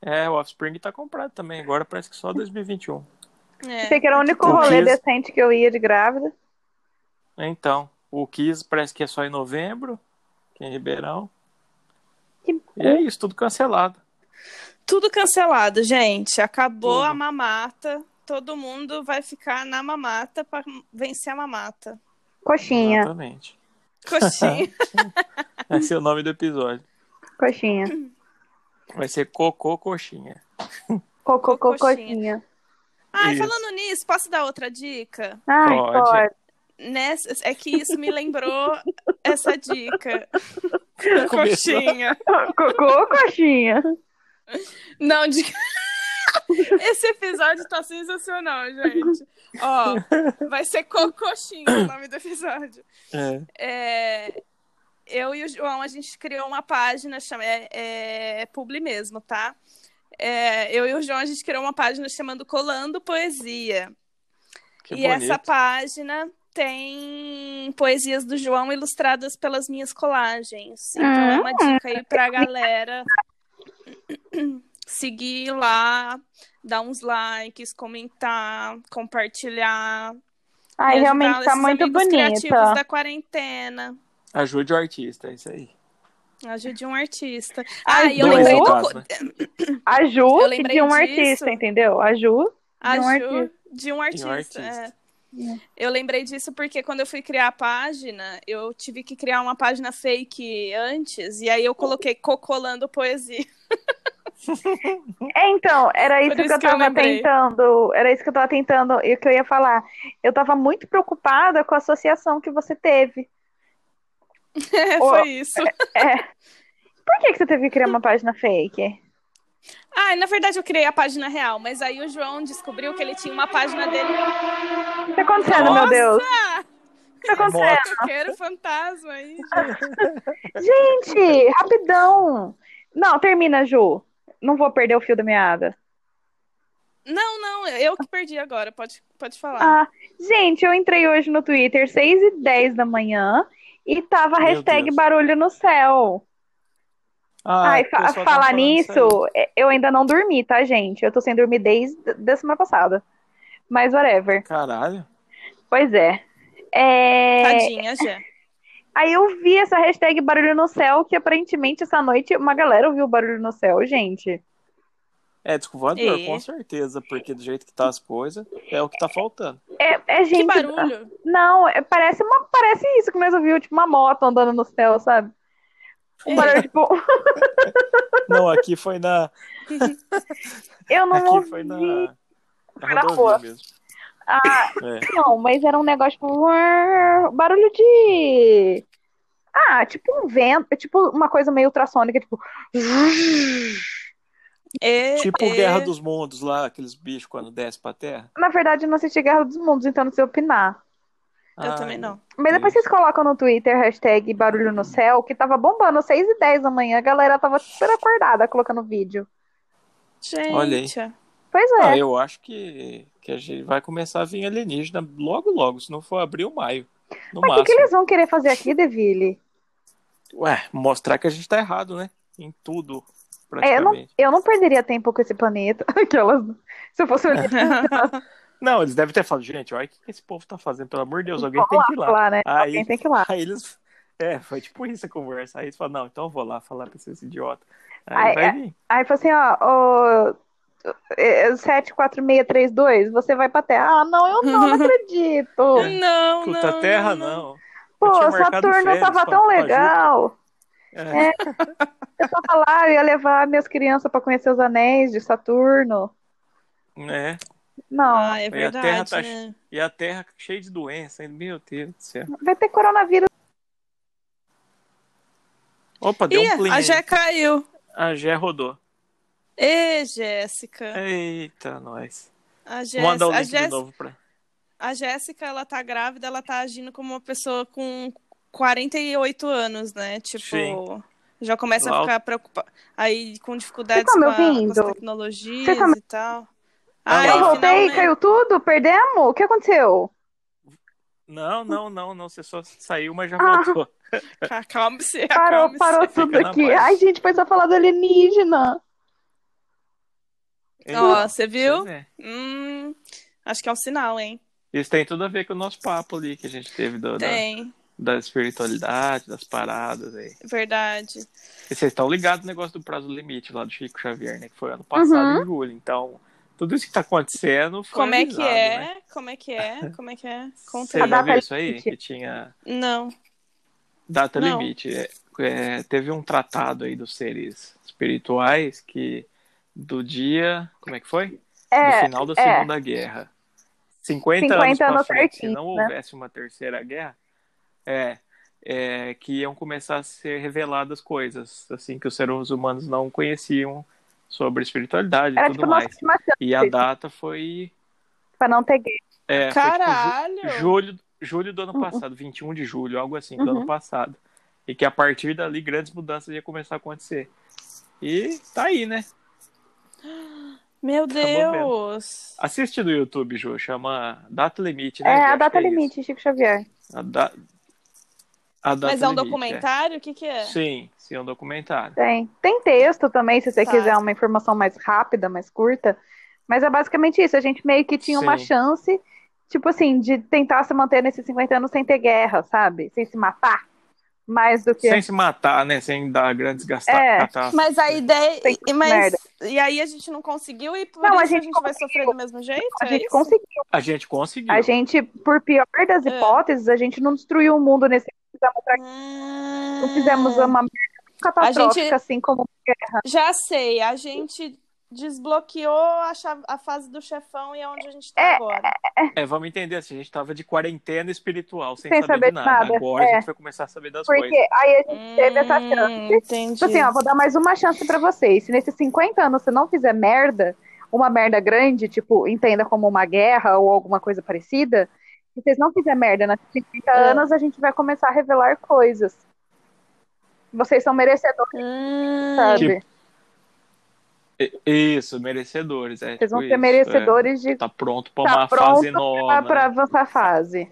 Speaker 2: É, o Offspring tá comprado também. Agora parece que só 2021.
Speaker 3: É.
Speaker 4: Achei que era o único
Speaker 2: O
Speaker 4: rolê
Speaker 2: Kiss.
Speaker 4: decente que eu ia de grávida.
Speaker 2: Então, o Kiss parece que é só em novembro, que é em Ribeirão.
Speaker 4: Que
Speaker 2: E é isso, tudo cancelado.
Speaker 3: Tudo cancelado, gente. Acabou
Speaker 2: Tudo.
Speaker 3: a mamata. Todo mundo vai ficar na mamata pra vencer a mamata.
Speaker 4: Coxinha,
Speaker 2: Exatamente.
Speaker 3: Coxinha.
Speaker 2: Esse é o nome do episódio.
Speaker 4: coxinha.
Speaker 3: Uhum.
Speaker 2: Vai ser Cocô Coxinha.
Speaker 4: Cocô,
Speaker 3: Cocô,
Speaker 4: cocô,
Speaker 3: coxinha.
Speaker 4: coxinha.
Speaker 3: Ai,
Speaker 2: Isso.
Speaker 3: falando nisso, posso dar outra dica?
Speaker 4: Ai,
Speaker 2: Pode.
Speaker 4: pode.
Speaker 3: Nessa, é que isso me lembrou essa dica.
Speaker 2: Começou.
Speaker 3: Coxinha.
Speaker 4: Cocô, coxinha.
Speaker 3: Não, de... Esse episódio tá sensacional, gente. Ó, vai ser Cocoxinha o nome do episódio.
Speaker 2: É.
Speaker 3: É, Eu e o João, a gente criou uma página, chama... é, é publi mesmo, tá? É, eu e o João, a gente criou uma página chamando Colando Poesia.
Speaker 2: Que
Speaker 3: e
Speaker 2: bonito.
Speaker 3: essa página tem poesias do João ilustradas pelas minhas colagens. Então é uma dica aí pra galera seguir lá, dar uns likes, comentar, compartilhar.
Speaker 4: Ai,
Speaker 3: ajudar
Speaker 4: realmente tá
Speaker 3: esses
Speaker 4: muito
Speaker 3: amigos
Speaker 4: bonita.
Speaker 3: criativos da quarentena.
Speaker 2: Ajude o artista, é isso aí.
Speaker 3: Ajude um artista. Ah, e eu
Speaker 2: Dois,
Speaker 3: lembrei
Speaker 2: no
Speaker 3: do.
Speaker 4: um
Speaker 2: caso, né?
Speaker 4: A Ju
Speaker 3: Eu lembrei
Speaker 4: de um
Speaker 3: disso.
Speaker 4: artista, entendeu? A Ju.
Speaker 3: A
Speaker 4: De um
Speaker 3: Ju,
Speaker 4: artista.
Speaker 3: de um artista.
Speaker 2: artista.
Speaker 3: é.
Speaker 4: É.
Speaker 3: Eu lembrei disso porque quando eu fui criar a página, eu tive que criar uma página fake antes, e aí eu coloquei cocolando poesia.
Speaker 4: É, então, era isso
Speaker 3: Por
Speaker 4: que
Speaker 3: isso
Speaker 4: eu
Speaker 3: que eu
Speaker 4: tava
Speaker 3: lembrei.
Speaker 4: tentando. Era isso que eu tava tentando e o que eu ia falar. Eu tava muito preocupada com a associação que você teve.
Speaker 3: É,
Speaker 4: Ó.
Speaker 3: Foi isso.
Speaker 4: Por que, que você teve que criar uma página fake?
Speaker 3: Ah, e na verdade eu criei a página real, mas aí o João descobriu que ele tinha uma página dele.
Speaker 4: O que tá acontecendo, meu
Speaker 2: Nossa!
Speaker 4: Deus? O que tá acontecendo?
Speaker 3: Toqueiro fantasma aí.
Speaker 4: Gente, rapidão. Não, termina, Ju. Não vou perder o fio da meada.
Speaker 3: Não, não, eu que perdi agora, pode, pode falar.
Speaker 4: Ah, gente, eu entrei hoje no Twitter 6 e 10 da manhã e tava a
Speaker 2: Meu
Speaker 4: hashtag
Speaker 2: Deus.
Speaker 4: barulho no céu.
Speaker 2: Ah,
Speaker 4: Ai,
Speaker 2: o
Speaker 4: fa-
Speaker 2: pessoal tá
Speaker 4: falar
Speaker 2: falando isso aí.
Speaker 4: nisso, é, eu ainda não dormi, tá, gente? Eu tô sem dormir desde da semana passada. Mas whatever.
Speaker 2: Caralho.
Speaker 4: Pois é. É,
Speaker 3: Tadinha, Gê.
Speaker 4: Aí eu vi essa hashtag barulho no céu, que aparentemente essa noite uma galera ouviu o barulho no céu, gente.
Speaker 2: É, disco voador,
Speaker 3: E?
Speaker 2: com certeza, porque do jeito que tá as coisas, é o que tá faltando.
Speaker 4: É, é
Speaker 3: Que
Speaker 4: gente.
Speaker 3: barulho.
Speaker 4: Não, é- parece, uma, parece isso que nós ouvimos, tipo uma moto andando no céu, sabe? Um barulho, tipo,
Speaker 2: Não, aqui foi na.
Speaker 4: eu não
Speaker 2: Aqui
Speaker 4: ouvi.
Speaker 2: foi na. na
Speaker 4: na
Speaker 2: rodovia
Speaker 4: rua.
Speaker 2: mesmo.
Speaker 4: Ah,
Speaker 2: É.
Speaker 4: não, mas era um negócio tipo. uar, Barulho de. Ah, tipo um vento, tipo uma coisa meio ultrassônica, tipo.
Speaker 3: É,
Speaker 2: Tipo
Speaker 3: é.
Speaker 2: Guerra dos Mundos lá, aqueles bichos quando desce pra terra.
Speaker 4: Na verdade, eu não assisti Guerra dos Mundos, então não sei opinar.
Speaker 3: é,
Speaker 2: Ah,
Speaker 3: Eu
Speaker 2: é.
Speaker 3: também não.
Speaker 4: Mas depois vocês colocam no Twitter hashtag barulho no céu, que tava bombando às 6 e 10 da manhã, a galera tava super acordada colocando vídeo.
Speaker 3: Gente.
Speaker 2: Olha aí.
Speaker 4: Pois
Speaker 2: Ah,
Speaker 4: é.
Speaker 2: eu acho que, que a gente vai começar a vir alienígena logo, logo, se não for abril, maio. No
Speaker 4: Mas o que,
Speaker 2: máximo.
Speaker 4: que eles vão querer fazer aqui, Deville?
Speaker 2: Ué, mostrar que a gente tá errado, né? Em tudo,
Speaker 4: É, eu não,
Speaker 2: praticamente. É,
Speaker 4: eu não perderia tempo com esse planeta. Aquelas. Se eu fosse olhar
Speaker 2: não... eles devem ter falado, gente, olha o que que esse povo tá fazendo, pelo amor de Deus, alguém
Speaker 4: Vamos
Speaker 2: tem que ir
Speaker 4: lá,
Speaker 2: lá.
Speaker 4: né?
Speaker 2: Aí-
Speaker 4: Alguém tem que ir lá.
Speaker 2: Aí eles. É, foi tipo isso a conversa. Aí eles falaram, não, então eu vou lá falar pra esses idiotas.
Speaker 4: Ai,
Speaker 2: Aí vai vir.
Speaker 4: Aí falou assim, ó, ô, é, é, 74632, você vai pra Terra. Ah, não, eu não, não acredito.
Speaker 3: Não,
Speaker 2: Puta
Speaker 3: não,
Speaker 2: terra,
Speaker 3: não.
Speaker 2: não. É, Eu
Speaker 4: Pô,
Speaker 2: tinha marcado
Speaker 4: Saturno
Speaker 2: férias
Speaker 4: tava
Speaker 2: com a-
Speaker 4: tão
Speaker 2: com a Ju.
Speaker 4: legal.
Speaker 2: É.
Speaker 4: Eu tava lá, eu ia levar minhas crianças pra conhecer os anéis de Saturno.
Speaker 2: É.
Speaker 4: Não,
Speaker 3: Ah, é
Speaker 2: a terra
Speaker 3: verdade,
Speaker 2: tá
Speaker 3: né?
Speaker 2: E a terra cheia de doença. hein? Meu Deus do céu.
Speaker 4: vai ter coronavírus.
Speaker 2: Opa, deu um
Speaker 3: Ih,
Speaker 2: plim.
Speaker 3: a
Speaker 2: aí.
Speaker 3: Jé caiu.
Speaker 2: A Gé rodou.
Speaker 3: Ê, Jéssica.
Speaker 2: Eita, nós.
Speaker 3: A
Speaker 2: Vou mandar o
Speaker 3: Jéssica, a
Speaker 2: link de
Speaker 3: Jéssica,
Speaker 2: novo pra.
Speaker 3: a Jéssica, ela tá grávida, ela tá agindo como uma pessoa com 48 anos, né? Tipo,
Speaker 2: Sim.
Speaker 3: já começa
Speaker 2: Lá-
Speaker 3: a ficar preocupada. Aí, com dificuldades
Speaker 4: Vocês
Speaker 3: com,
Speaker 4: tão
Speaker 3: a,
Speaker 4: tá me
Speaker 3: com as
Speaker 4: ouvindo?
Speaker 3: tecnologias
Speaker 4: Vocês tão me-
Speaker 3: e tal.
Speaker 2: Ah,
Speaker 3: Ai, né?
Speaker 2: lá.
Speaker 4: eu voltei,
Speaker 3: finalmente.
Speaker 4: caiu tudo, perdemos? O que aconteceu?
Speaker 2: Não, não, não, não. Você só saiu, mas já
Speaker 4: Ah.
Speaker 2: voltou.
Speaker 3: Acalme-se,
Speaker 4: Parou,
Speaker 3: acalme-se.
Speaker 4: parou
Speaker 2: fica
Speaker 4: tudo
Speaker 2: na
Speaker 4: aqui.
Speaker 2: paz.
Speaker 4: Ai, gente, foi só falar do alienígena.
Speaker 3: Ó, você viu?
Speaker 2: Pois é.
Speaker 3: Hum, acho que é um sinal, hein?
Speaker 2: Isso tem tudo a ver com o nosso papo ali que a gente teve do- da,
Speaker 3: Tem,
Speaker 2: da espiritualidade, das paradas aí.
Speaker 3: verdade.
Speaker 2: E vocês estão ligados no negócio do prazo limite lá do Chico Xavier, né? Que foi ano passado,
Speaker 4: Uhum.
Speaker 2: em julho. Então, tudo isso que tá acontecendo foi
Speaker 3: Como é que
Speaker 2: avisado, Né?
Speaker 3: é? Como é que é? Como é que é? Conta
Speaker 2: Você
Speaker 4: A
Speaker 3: aí.
Speaker 2: já
Speaker 4: data
Speaker 2: viu isso aí?
Speaker 4: limite.
Speaker 2: Que tinha
Speaker 3: Não.
Speaker 2: data
Speaker 3: Não.
Speaker 2: limite. É, é, teve um tratado aí dos seres espirituais que do dia... Como é que foi? do
Speaker 4: É,
Speaker 2: final da
Speaker 4: é.
Speaker 2: Segunda Guerra. 50,
Speaker 4: 50
Speaker 2: anos pra
Speaker 4: anos
Speaker 2: frente, se
Speaker 4: certinho,
Speaker 2: não
Speaker 4: né?
Speaker 2: houvesse uma terceira guerra, é, é, que iam começar a ser reveladas coisas, assim, que os seres humanos não conheciam sobre espiritualidade e
Speaker 4: era
Speaker 2: tudo
Speaker 4: tipo nossa
Speaker 2: mais.
Speaker 4: estimação,
Speaker 2: E a
Speaker 4: isso.
Speaker 2: data foi...
Speaker 4: pra não ter guerra.
Speaker 2: É, foi, tipo, ju-
Speaker 3: Caralho!
Speaker 2: julho, julho do ano passado, 21 de julho, algo assim, do ano
Speaker 4: Uhum.
Speaker 2: passado. E que a partir dali grandes mudanças iam começar a acontecer. E tá aí, né?
Speaker 3: Meu
Speaker 2: Acabou
Speaker 3: Deus!
Speaker 2: Assiste no YouTube, Ju, chama Data Limite, né?
Speaker 4: É,
Speaker 2: Ju?
Speaker 4: a
Speaker 2: Acho
Speaker 4: data
Speaker 2: que isso.
Speaker 4: limite, Chico Xavier.
Speaker 2: A da- a data
Speaker 3: Mas é um
Speaker 2: limite,
Speaker 3: documentário? O que que
Speaker 2: é.
Speaker 3: é?
Speaker 2: Sim, sim, é um documentário.
Speaker 4: Tem. Tem texto também, se você
Speaker 3: Tá.
Speaker 4: quiser uma informação mais rápida, mais curta. Mas é basicamente isso. A gente meio que tinha uma
Speaker 2: Sim.
Speaker 4: chance, tipo assim, de tentar se manter nesses 50 anos sem ter guerra, sabe? Sem se matar. Mais do que.
Speaker 2: Sem se matar, né? Sem dar grandes gastar.
Speaker 4: É,
Speaker 3: Mas a ideia.
Speaker 4: Tem
Speaker 3: E, mas...
Speaker 4: merda.
Speaker 3: e aí a gente não conseguiu e por
Speaker 4: Não,
Speaker 3: isso
Speaker 4: a
Speaker 3: a gente,
Speaker 4: gente
Speaker 3: vai sofrer do mesmo jeito?
Speaker 4: A
Speaker 3: É
Speaker 4: gente
Speaker 3: isso?
Speaker 4: conseguiu.
Speaker 2: A gente conseguiu.
Speaker 4: A gente, por pior das
Speaker 3: É.
Speaker 4: hipóteses, a gente não destruiu o mundo nesse.
Speaker 3: Hum.
Speaker 4: Não fizemos uma merda catastrófica,
Speaker 3: gente-
Speaker 4: assim como.
Speaker 3: Já sei, a gente desbloqueou a, cha- a fase do chefão e é onde a gente tá
Speaker 4: É,
Speaker 3: agora.
Speaker 2: É, vamos entender assim, a gente tava de quarentena espiritual, sem,
Speaker 4: Sem
Speaker 2: saber de
Speaker 4: saber de
Speaker 2: nada.
Speaker 4: nada,
Speaker 2: Agora a
Speaker 4: é.
Speaker 2: gente vai começar a saber das coisas.
Speaker 4: Porque aí a gente é, teve essa
Speaker 3: Hum,
Speaker 4: chance.
Speaker 3: Entendi.
Speaker 4: Tipo assim, ó, vou dar mais uma chance pra vocês. Se nesses 50 anos você não fizer merda, uma merda grande, tipo, entenda como uma guerra ou alguma coisa parecida, se vocês não fizerem merda nesses 50
Speaker 3: É.
Speaker 4: anos, a gente vai começar a revelar coisas. Vocês são merecedores,
Speaker 3: Hum,
Speaker 4: sabe?
Speaker 2: Tipo E- Isso, merecedores. É,
Speaker 4: Vocês vão
Speaker 2: tipo
Speaker 4: ser
Speaker 2: isso,
Speaker 4: merecedores
Speaker 2: é.
Speaker 4: de
Speaker 2: Tá pronto pra
Speaker 4: estar
Speaker 2: uma fase
Speaker 4: pronto pra,
Speaker 2: nova. né?
Speaker 4: pra avançar a fase.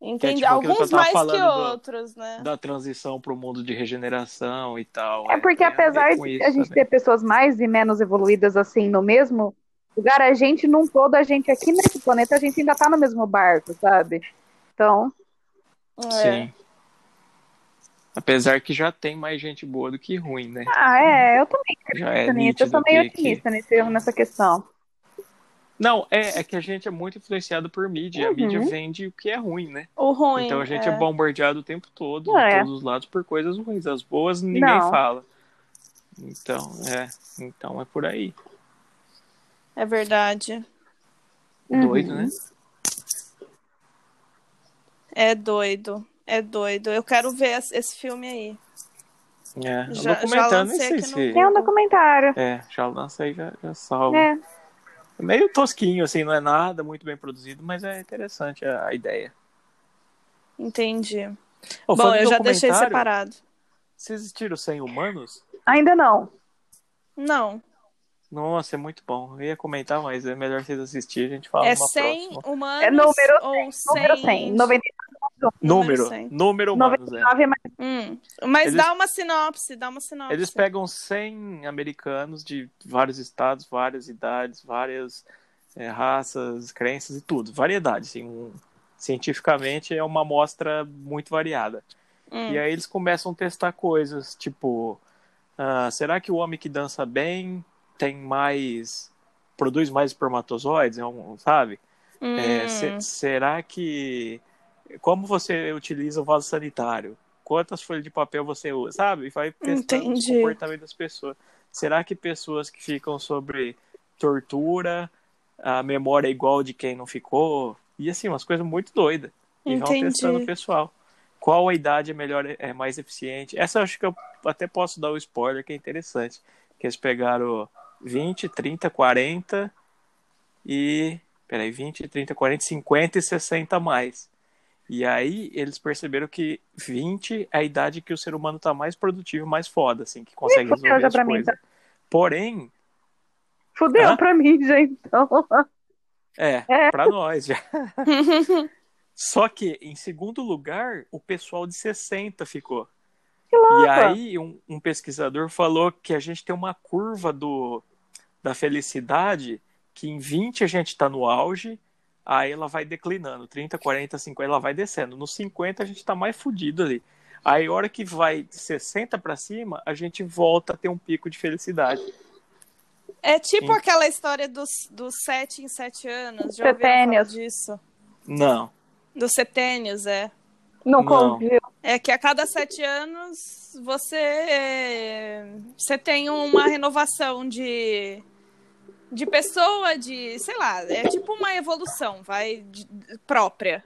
Speaker 2: Que é
Speaker 3: entendi.
Speaker 2: tipo aquilo que eu
Speaker 3: Alguns
Speaker 2: tava
Speaker 3: mais que
Speaker 2: falando do-
Speaker 3: outros, né?
Speaker 2: Da transição pro mundo de regeneração e tal. né?
Speaker 4: É porque
Speaker 2: tem a ver
Speaker 4: apesar
Speaker 2: com
Speaker 4: de
Speaker 2: isso né?
Speaker 4: a gente
Speaker 2: também.
Speaker 4: ter pessoas mais e menos evoluídas assim no mesmo lugar, a gente num todo, a gente aqui nesse planeta, a gente ainda tá no mesmo barco, sabe? Então,
Speaker 3: É.
Speaker 2: né? Sim. Apesar que já tem mais gente boa do que ruim, né?
Speaker 4: ah, é, eu também
Speaker 2: Já é
Speaker 4: acredito nisso, eu
Speaker 2: nítido
Speaker 4: sou meio
Speaker 2: que- que,
Speaker 4: otimista nesse, nessa questão.
Speaker 2: Não, é, é que a gente é muito influenciado por mídia. A
Speaker 4: Uhum.
Speaker 2: mídia vende o que é ruim, né?
Speaker 3: O ruim.
Speaker 2: então a gente é,
Speaker 3: é.
Speaker 2: bombardeado o tempo todo, de
Speaker 4: É.
Speaker 2: todos os lados, por coisas ruins. As boas ninguém
Speaker 4: Não.
Speaker 2: fala. Então, é. Então é por aí.
Speaker 3: É verdade.
Speaker 4: Uhum.
Speaker 2: Doido, né?
Speaker 3: É doido. É doido. Eu quero ver es- esse filme aí.
Speaker 2: É.
Speaker 3: Já-
Speaker 2: Já,
Speaker 3: já
Speaker 2: documentando, nem
Speaker 3: lancei
Speaker 2: sei
Speaker 3: aqui
Speaker 2: se.
Speaker 4: Tem um documentário.
Speaker 2: É, já lancei, já, já salvo. É.
Speaker 4: É.
Speaker 2: Meio tosquinho, assim, não é nada muito bem produzido, mas é interessante a, a ideia.
Speaker 3: Entendi.
Speaker 2: Ô,
Speaker 3: Bom,
Speaker 2: falando em
Speaker 3: eu já deixei
Speaker 2: documentário,
Speaker 3: separado.
Speaker 2: Vocês assistiram 100 Humanos?
Speaker 4: Ainda não.
Speaker 3: Não.
Speaker 2: Nossa, é muito bom. Eu ia comentar, mas é melhor vocês assistirem, a gente fala
Speaker 3: é
Speaker 2: numa
Speaker 3: 100
Speaker 2: próxima.
Speaker 3: humanos
Speaker 4: É número
Speaker 3: ou 100...
Speaker 4: Número 100. 99
Speaker 2: Número,
Speaker 3: Número cem.
Speaker 2: número humanos, é.
Speaker 4: mais
Speaker 3: Hum, Mas
Speaker 2: Eles-
Speaker 3: dá uma sinopse, dá uma sinopse.
Speaker 2: Eles pegam 100 americanos de vários estados, várias idades, várias eh, raças, crenças e tudo. Variedade, assim. um- cientificamente é uma amostra muito variada.
Speaker 3: Hum.
Speaker 2: E aí eles começam a testar coisas, tipo... ah, será que o homem que dança bem tem mais... Produz mais espermatozoides, é um- sabe?
Speaker 3: Hum.
Speaker 2: É, se- será que. Como você utiliza o vaso sanitário? Quantas folhas de papel você usa? Sabe? E Vai testando o
Speaker 3: Entendi.
Speaker 2: comportamento das pessoas. Será que pessoas que ficam sobre tortura, a memória é igual de quem não ficou? E assim, umas coisas muito doidas. E vão
Speaker 3: Entendi.
Speaker 2: testando o pessoal. Qual a idade é melhor, é mais eficiente? Essa eu acho que eu até posso dar o spoiler, que é interessante. Que eles pegaram 20, 30, 40 e. Peraí, 20, 30, 40, 50 e 60 a mais. E aí eles perceberam que 20 é a idade que o ser humano tá mais produtivo, mais foda, assim, que consegue
Speaker 4: fudeu
Speaker 2: resolver
Speaker 4: já
Speaker 2: as
Speaker 4: pra mim, então.
Speaker 2: coisas. Porém,
Speaker 4: Fudeu
Speaker 2: Hã?
Speaker 4: pra mim, gente. Então,
Speaker 2: é,
Speaker 4: É.
Speaker 2: pra nós já. Só que, em segundo lugar, o pessoal de 60 ficou.
Speaker 4: que louco.
Speaker 2: E aí, um, um pesquisador falou que a gente tem uma curva do, da felicidade, que em 20 a gente tá no auge, aí ela vai declinando, 30, 40, 50, ela vai descendo. No 50 a gente tá mais fudido ali. Aí a hora que vai de 60 para cima, a gente volta a ter um pico de felicidade.
Speaker 3: É tipo
Speaker 2: Sim.
Speaker 3: aquela história dos, dos sete em sete anos. Já ouviram
Speaker 4: Setênios.
Speaker 3: falar disso?
Speaker 2: Não.
Speaker 3: Dos setênios, é.
Speaker 4: Não,
Speaker 2: Não.
Speaker 4: conviu.
Speaker 3: É que a cada sete anos você, é, você tem uma renovação de, de pessoa, de, sei lá, é tipo uma evolução, vai, de- de- própria.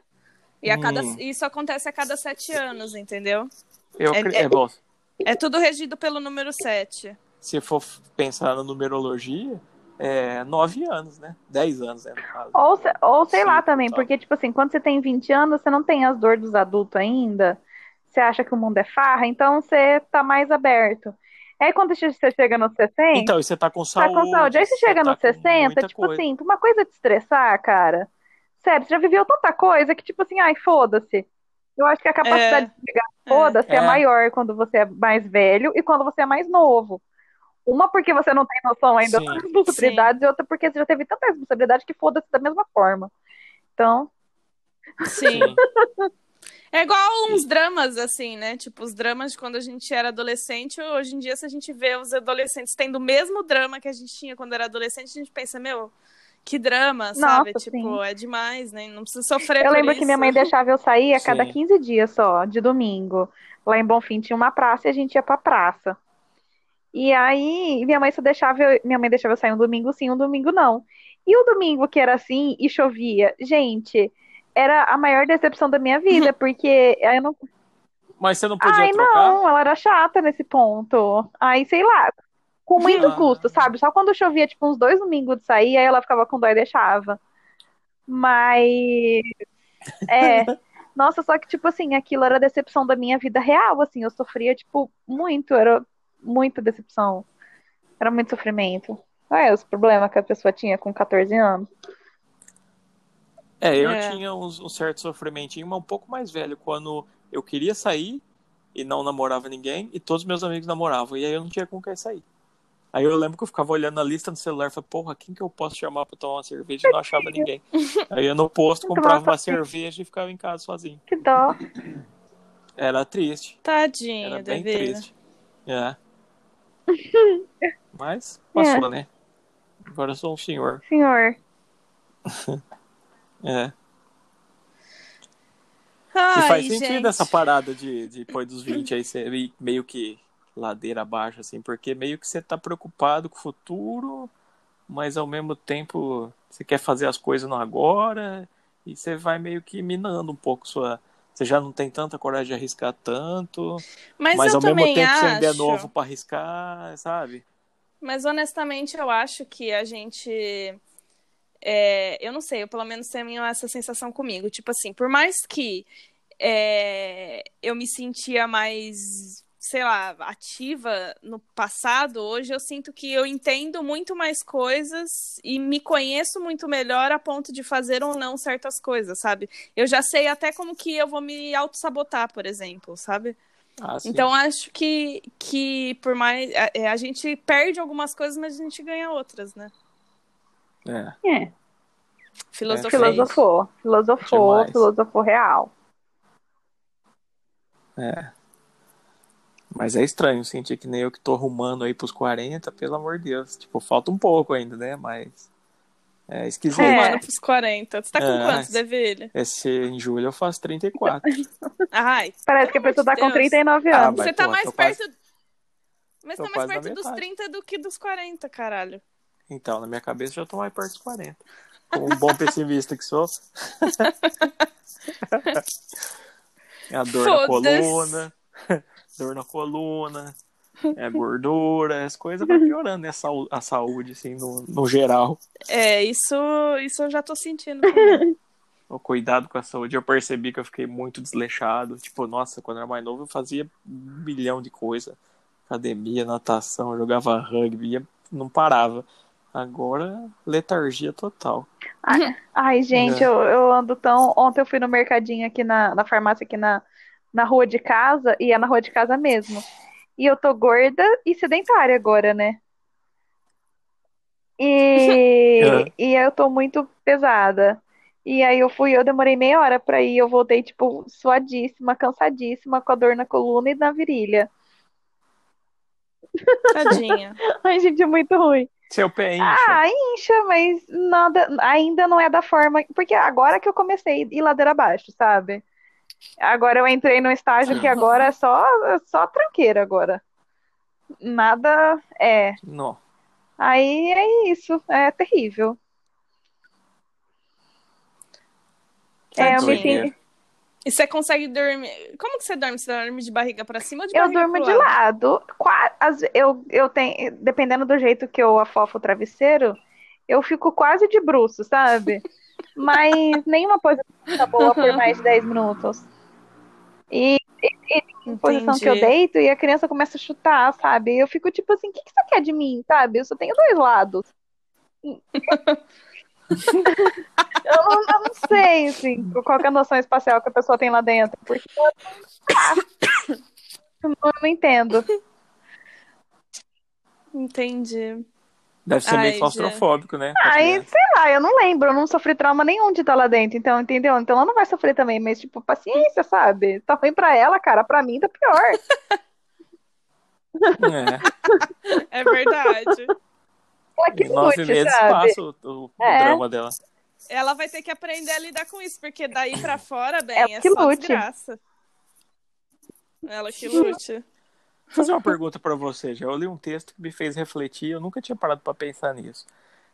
Speaker 3: E a cada,
Speaker 2: Hum.
Speaker 3: isso acontece a cada sete anos, entendeu?
Speaker 2: Eu,
Speaker 3: É-
Speaker 2: acre-
Speaker 3: é-
Speaker 2: é bom,
Speaker 3: É tudo regido pelo número sete.
Speaker 2: se for pensar na numerologia, é 9 anos, né? 10 anos, né? no caso.
Speaker 4: Ou, se- ou sei
Speaker 2: Sim,
Speaker 4: lá também,
Speaker 2: tá.
Speaker 4: porque, tipo assim, quando você tem 20 anos, você não tem as dores dos adultos ainda. Você acha que o mundo é farra, então você tá mais aberto. Aí quando você chega nos 60,
Speaker 2: Então, e você tá com
Speaker 4: tá
Speaker 2: saúde.
Speaker 4: com saúde. Aí você chega
Speaker 2: tá
Speaker 4: nos
Speaker 2: com
Speaker 4: 60,
Speaker 2: muita
Speaker 4: tipo
Speaker 2: coisa.
Speaker 4: assim, uma coisa de estressar, cara. Sério, você já viveu tanta coisa que, tipo assim, ai, foda-se. Eu acho que a capacidade de pegar
Speaker 3: É.
Speaker 4: foda-se é.
Speaker 2: É.
Speaker 4: maior quando você é mais velho e quando você é mais novo. Uma porque você não tem noção ainda
Speaker 2: Sim.
Speaker 4: das responsabilidades, e outra porque você já teve tanta responsabilidade que foda-se da mesma forma. Então,
Speaker 3: Sim. É igual uns dramas, assim, né? Tipo, os dramas de quando a gente era adolescente, hoje em dia, se a gente vê os adolescentes tendo o mesmo drama que a gente tinha quando era adolescente, a gente pensa, meu, que drama, sabe?
Speaker 4: Nossa,
Speaker 3: Tipo,
Speaker 4: sim.
Speaker 3: é demais, né? Não precisa sofrer
Speaker 4: eu
Speaker 3: por
Speaker 4: lembro que
Speaker 3: isso.
Speaker 4: minha mãe deixava eu sair a cada
Speaker 2: Sim.
Speaker 4: 15 dias só, de domingo. Lá em Bonfim tinha uma praça e a gente ia pra praça. E aí, minha mãe só deixava eu, minha mãe deixava eu sair um domingo sim, um domingo não. E o domingo que era assim e chovia, gente, era a maior decepção da minha vida, porque eu não.
Speaker 2: Mas você não podia
Speaker 4: Ai,
Speaker 2: trocar?
Speaker 4: não, ela era chata nesse ponto. Aí, sei lá, com muito
Speaker 2: Ah.
Speaker 4: custo, sabe? Só quando chovia, tipo, uns dois domingos de sair, aí ela ficava com dó e deixava. Mas. É. Nossa, só que, tipo assim, aquilo era a decepção da minha vida real, assim. Eu sofria, tipo, muito. Era muita decepção. Era muito sofrimento. Olha os problemas que a pessoa tinha com 14 anos.
Speaker 2: É, eu
Speaker 3: É.
Speaker 2: tinha uns- um certo sofrimentinho, mas um pouco mais velho, quando eu queria sair e não namorava ninguém, e todos meus amigos namoravam, e aí eu não tinha com quem sair. Aí eu lembro que eu ficava olhando a lista no celular e falava, porra, quem que eu posso chamar pra tomar uma cerveja? E não achava ninguém. Aí eu no posto comprava uma cerveja e ficava em casa sozinho.
Speaker 4: Que dó.
Speaker 2: Era triste,
Speaker 3: Tadinho,
Speaker 2: era bem
Speaker 3: Devira.
Speaker 2: triste. É. Mas passou,
Speaker 4: É.
Speaker 2: né? Agora eu sou um senhor.
Speaker 4: Senhor.
Speaker 2: É. E
Speaker 3: Ai,
Speaker 2: faz sentido
Speaker 3: gente.
Speaker 2: essa parada de de depois dos 20 aí você ir meio que ladeira abaixo, assim, porque meio que você tá preocupado com o futuro, mas ao mesmo tempo você quer fazer as coisas no agora, e você vai meio que minando um pouco sua. Você já não tem tanta coragem de arriscar tanto,
Speaker 3: Mas,
Speaker 2: mas,
Speaker 3: eu
Speaker 2: ao mesmo
Speaker 3: também
Speaker 2: tempo
Speaker 3: acho.
Speaker 2: você ainda é novo pra arriscar, sabe?
Speaker 3: Mas honestamente, eu acho que a gente. é, eu não sei, eu pelo menos tenho essa sensação comigo. Tipo assim, por mais que é, eu me sentia mais, sei lá, ativa no passado, hoje eu sinto que eu entendo muito mais coisas e me conheço muito melhor a ponto de fazer ou não certas coisas, sabe? Eu já sei até como que eu vou me autossabotar, por exemplo, sabe?
Speaker 2: Ah, sim.
Speaker 3: Então acho que, que por mais a, é, a gente perde algumas coisas, mas a gente ganha outras, né?
Speaker 2: É.
Speaker 4: É.
Speaker 3: Filosofia.
Speaker 4: Filosofou. Filosofou.
Speaker 2: Demais.
Speaker 4: Filosofou real.
Speaker 2: Mas é estranho sentir que nem eu que tô rumando aí pros 40, pelo amor de Deus. Tipo, falta um pouco ainda, né? Mas é esquisito.
Speaker 4: É.
Speaker 3: Mano, pros 40. Você tá com
Speaker 2: É.
Speaker 3: quantos, Devilha?
Speaker 2: Esse, em julho eu faço 34.
Speaker 3: Ai,
Speaker 4: Parece que a
Speaker 3: Pelo
Speaker 4: pessoa tá com
Speaker 3: amor de Deus.
Speaker 4: 39
Speaker 2: Ah,
Speaker 4: anos.
Speaker 2: mas,
Speaker 3: você tá
Speaker 2: pô,
Speaker 3: mais
Speaker 2: tô quase-
Speaker 3: perto. Mas
Speaker 2: tô
Speaker 3: tá mais
Speaker 2: quase na
Speaker 3: perto dos
Speaker 2: metade.
Speaker 3: 30 do que dos 40, caralho.
Speaker 2: Então, na minha cabeça já tô mais perto dos 40. Como um bom pessimista que sou. É a dor na
Speaker 3: Foda-se.
Speaker 2: coluna, dor na coluna, é a gordura, as coisas vai piorando, né? A saú- A saúde, assim, no, no geral.
Speaker 3: É, isso, isso eu já tô sentindo. também.
Speaker 2: o cuidado com a saúde, eu percebi que eu fiquei muito desleixado. Tipo, nossa, quando eu era mais novo, eu fazia um milhão de coisa. Academia, natação, eu jogava rugby, ia- não parava. Agora, letargia total.
Speaker 4: Ai, gente,
Speaker 2: É.
Speaker 4: eu, eu ando tão. Ontem eu fui no mercadinho aqui na, na farmácia, aqui na, na rua de casa, e é na rua de casa mesmo. E eu tô gorda e sedentária agora, né? E,
Speaker 2: É.
Speaker 4: e eu tô muito pesada. E aí eu fui, eu demorei meia hora pra ir, eu voltei, tipo, suadíssima, cansadíssima, com a dor na coluna e na virilha.
Speaker 3: Tadinha.
Speaker 4: Ai, gente, é muito ruim.
Speaker 2: Seu pé incha.
Speaker 4: Ah, incha, mas nada, ainda não é da forma. Porque agora que eu comecei a ir ladeira abaixo, sabe? Agora eu entrei num estágio que agora é só, só tranqueira agora. Nada é.
Speaker 2: Não.
Speaker 4: Aí é isso, é terrível.
Speaker 2: Que
Speaker 4: É, eu me
Speaker 2: doideira.
Speaker 4: sinto-
Speaker 3: E você consegue dormir? Como que você dorme? Você dorme de barriga pra cima ou de
Speaker 4: Eu
Speaker 3: barriga
Speaker 4: durmo
Speaker 3: pro
Speaker 4: de lado. Qua- às ve- Eu, eu tenho, dependendo do jeito que eu afofo o travesseiro, eu fico quase de bruço, sabe? Mas nenhuma posição tá boa por mais de 10 minutos. E,
Speaker 3: Entendi.
Speaker 4: posição que eu deito e a criança começa a chutar, sabe? E Eu fico tipo assim, o que, que você quer de mim, sabe? Eu só tenho dois lados. eu, não, eu não sei, assim, qual que é a noção espacial que a pessoa tem lá dentro. Porque eu não, eu não entendo.
Speaker 3: Entendi.
Speaker 2: Deve ser
Speaker 3: Ai,
Speaker 2: meio
Speaker 3: já.
Speaker 2: claustrofóbico, né? pra
Speaker 4: Aí,
Speaker 2: criança.
Speaker 4: sei lá, eu não lembro, eu não sofri trauma nenhum de estar lá dentro, então, entendeu? Então ela não vai sofrer também, mas, tipo, paciência, sabe? Tá ruim pra ela, cara, pra mim tá pior. Ah, então.
Speaker 2: É.
Speaker 3: É verdade.
Speaker 4: Ela que
Speaker 2: Em nove
Speaker 4: lute,
Speaker 2: meses
Speaker 4: sabe?
Speaker 2: passa o, o- o
Speaker 4: É.
Speaker 2: drama dela.
Speaker 3: Ela vai ter que aprender a lidar com isso, porque daí pra fora, bem,
Speaker 4: Ela
Speaker 3: é
Speaker 4: que
Speaker 3: só
Speaker 4: lute.
Speaker 3: desgraça. Ela que lute.
Speaker 2: Vou fazer uma pergunta pra você, já. Eu li um texto que me fez refletir, eu nunca tinha parado pra pensar nisso.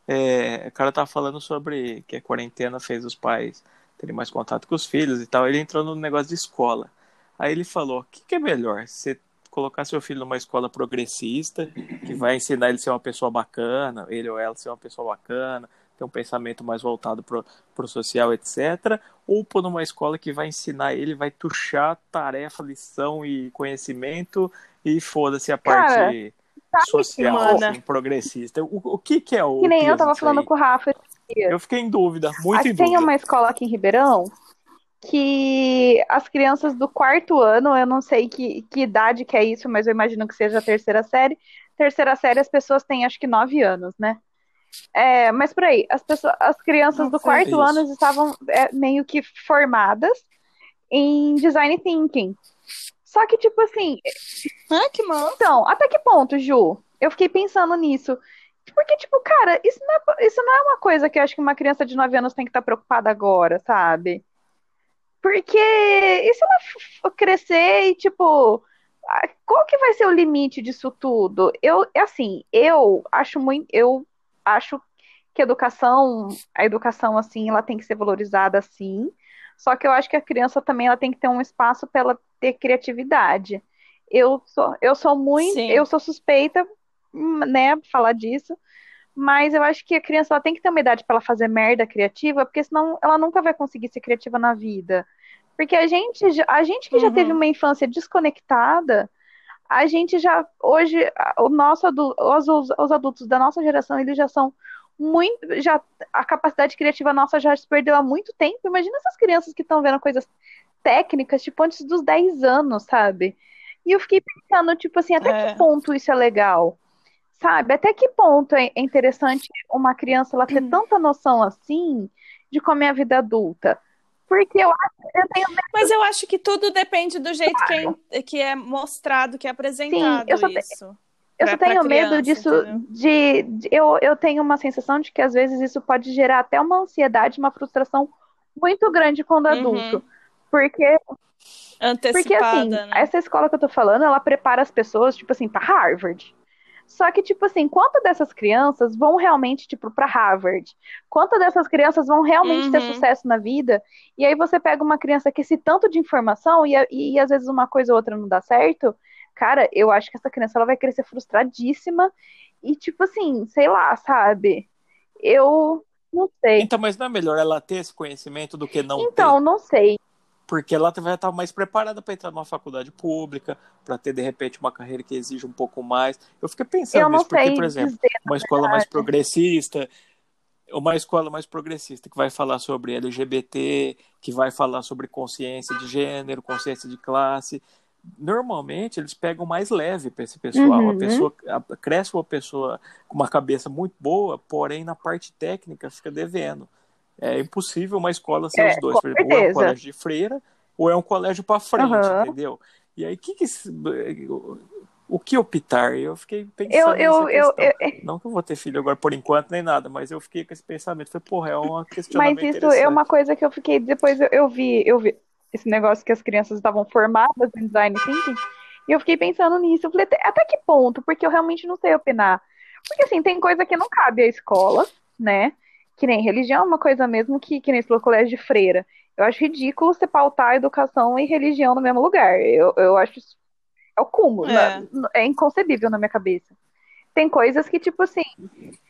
Speaker 2: É, o cara tava falando sobre que a quarentena fez os pais terem mais contato com os filhos e tal. Ele entrou no negócio de escola. Aí ele falou: o que, que é melhor? Você colocar seu filho numa escola progressista, que vai ensinar ele a ser uma pessoa bacana, ele ou ela a ser uma pessoa bacana, ter um pensamento mais voltado pro, pro social, etc. Ou pôr numa escola que vai ensinar ele, vai tuchar tarefa, lição e conhecimento e foda-se a
Speaker 4: Cara,
Speaker 2: parte
Speaker 4: Sabe,
Speaker 2: social,
Speaker 4: mano?
Speaker 2: assim, progressista. O, o que que é o
Speaker 4: Que nem eu tava
Speaker 2: disso
Speaker 4: falando
Speaker 2: aí?
Speaker 4: com o Rafa.
Speaker 2: Eu fiquei em dúvida, muito
Speaker 4: Aqui
Speaker 2: em
Speaker 4: tem
Speaker 2: dúvida.
Speaker 4: uma escola aqui em Ribeirão que as crianças do quarto ano, eu não sei que, que idade que é isso, mas eu imagino que seja a terceira série. Terceira série as pessoas têm acho que nove anos, né? É, mas por aí, as, pessoas, as crianças do
Speaker 3: Nossa,
Speaker 4: quarto
Speaker 2: isso.
Speaker 4: ano estavam é, meio que formadas em design thinking. Só que, tipo assim,
Speaker 3: Ah, que mal.
Speaker 4: então, até que ponto, Ju? Eu fiquei pensando nisso. Porque, tipo, cara, isso não é, isso não é uma coisa que eu acho que uma criança de 9 anos tem que estar preocupada agora, sabe? Porque e se ela f- f- crescer e, tipo, ah, qual que vai ser o limite disso tudo? Eu, é assim, eu acho muito, eu acho que a educação, a educação, assim, ela tem que ser valorizada, sim. Só que eu acho que a criança também, ela tem que ter um espaço para ela ter criatividade. Eu sou, eu sou muito,
Speaker 3: Sim.
Speaker 4: eu sou suspeita, hum, né, pra falar disso, mas eu acho que a criança ela tem que ter uma idade para ela fazer merda criativa, porque senão ela nunca vai conseguir ser criativa na vida. Porque a gente, já- a gente que já
Speaker 3: Uhum.
Speaker 4: teve uma infância desconectada, a gente já hoje a- o nosso adu- os, os- os adultos da nossa geração, eles já são muito já a capacidade criativa nossa já se perdeu há muito tempo. Imagina essas crianças que estão vendo coisas técnicas, tipo, antes dos 10 anos, sabe? E eu fiquei pensando, tipo assim, até
Speaker 3: É.
Speaker 4: que ponto isso é legal? Sabe? Até que ponto é é interessante uma criança ela ter
Speaker 3: Uhum.
Speaker 4: tanta noção assim de como é a vida adulta? Porque eu acho que eu tenho
Speaker 3: Mas eu acho que tudo depende do jeito que é, que é mostrado, que é apresentado
Speaker 4: Sim, eu só te-
Speaker 3: isso.
Speaker 4: Eu só
Speaker 3: pra- pra
Speaker 4: tenho medo
Speaker 3: criança,
Speaker 4: disso,
Speaker 3: entendeu?
Speaker 4: de, de- eu, eu tenho uma sensação de que às vezes isso pode gerar até uma ansiedade, uma frustração muito grande quando
Speaker 3: Uhum.
Speaker 4: adulto. Porque, porque
Speaker 3: Antecipada,
Speaker 4: assim,
Speaker 3: né?
Speaker 4: essa escola que eu tô falando, ela prepara as pessoas, tipo assim, pra Harvard. Só que, tipo assim, quantas dessas crianças vão realmente, tipo, pra Harvard? Quantas dessas crianças vão realmente ter
Speaker 3: Uhum.
Speaker 4: sucesso na vida? E aí você pega uma criança que esse tanto de informação e, a- e às vezes uma coisa ou outra não dá certo. Cara, eu acho que essa criança ela vai crescer frustradíssima e, tipo assim, sei lá, sabe? Eu não sei.
Speaker 2: Então, mas não é melhor ela ter esse conhecimento do que não
Speaker 4: Então, não sei.
Speaker 2: ter? Porque ela vai estar mais preparada para entrar numa faculdade pública, para ter, de repente, uma carreira que exige um pouco mais. Eu fiquei pensando
Speaker 4: Eu não
Speaker 2: nisso, porque,
Speaker 4: sei
Speaker 2: por exemplo,
Speaker 4: dizer.
Speaker 2: uma escola mais progressista, uma escola mais progressista que vai falar sobre LGBT, que vai falar sobre consciência de gênero, consciência de classe. normalmente eles pegam mais leve para esse pessoal.
Speaker 4: Uhum.
Speaker 2: A pessoa a- cresce uma pessoa com uma cabeça muito boa, porém na parte técnica fica devendo. É impossível uma escola ser
Speaker 4: É,
Speaker 2: os dois.
Speaker 4: com
Speaker 2: Por exemplo, ou é um
Speaker 4: certeza.
Speaker 2: colégio de freira, ou é um colégio para frente,
Speaker 4: Uhum.
Speaker 2: entendeu? E aí, que que se- o que optar? Eu fiquei
Speaker 4: Eu,
Speaker 2: pensando
Speaker 4: eu,
Speaker 2: nessa
Speaker 4: eu,
Speaker 2: questão.
Speaker 4: eu,
Speaker 2: Não que eu vou ter filho agora por enquanto nem nada, mas eu fiquei com esse pensamento. Falei, porra, é uma questionamento
Speaker 4: Mas isso
Speaker 2: interessante.
Speaker 4: é uma coisa que eu fiquei. Depois eu, eu vi, eu vi esse negócio que as crianças estavam formadas em design thinking. E eu fiquei pensando nisso. Eu falei, até, até que ponto? Porque eu realmente não sei opinar. Porque assim, tem coisa que não cabe à escola, né? Que nem religião é uma coisa mesmo que, que nem se falou colégio de freira. Eu acho ridículo você pautar educação e religião no mesmo lugar. Eu, eu acho isso. É o cúmulo.
Speaker 3: É.
Speaker 4: né? é inconcebível na minha cabeça. Tem coisas que, tipo assim.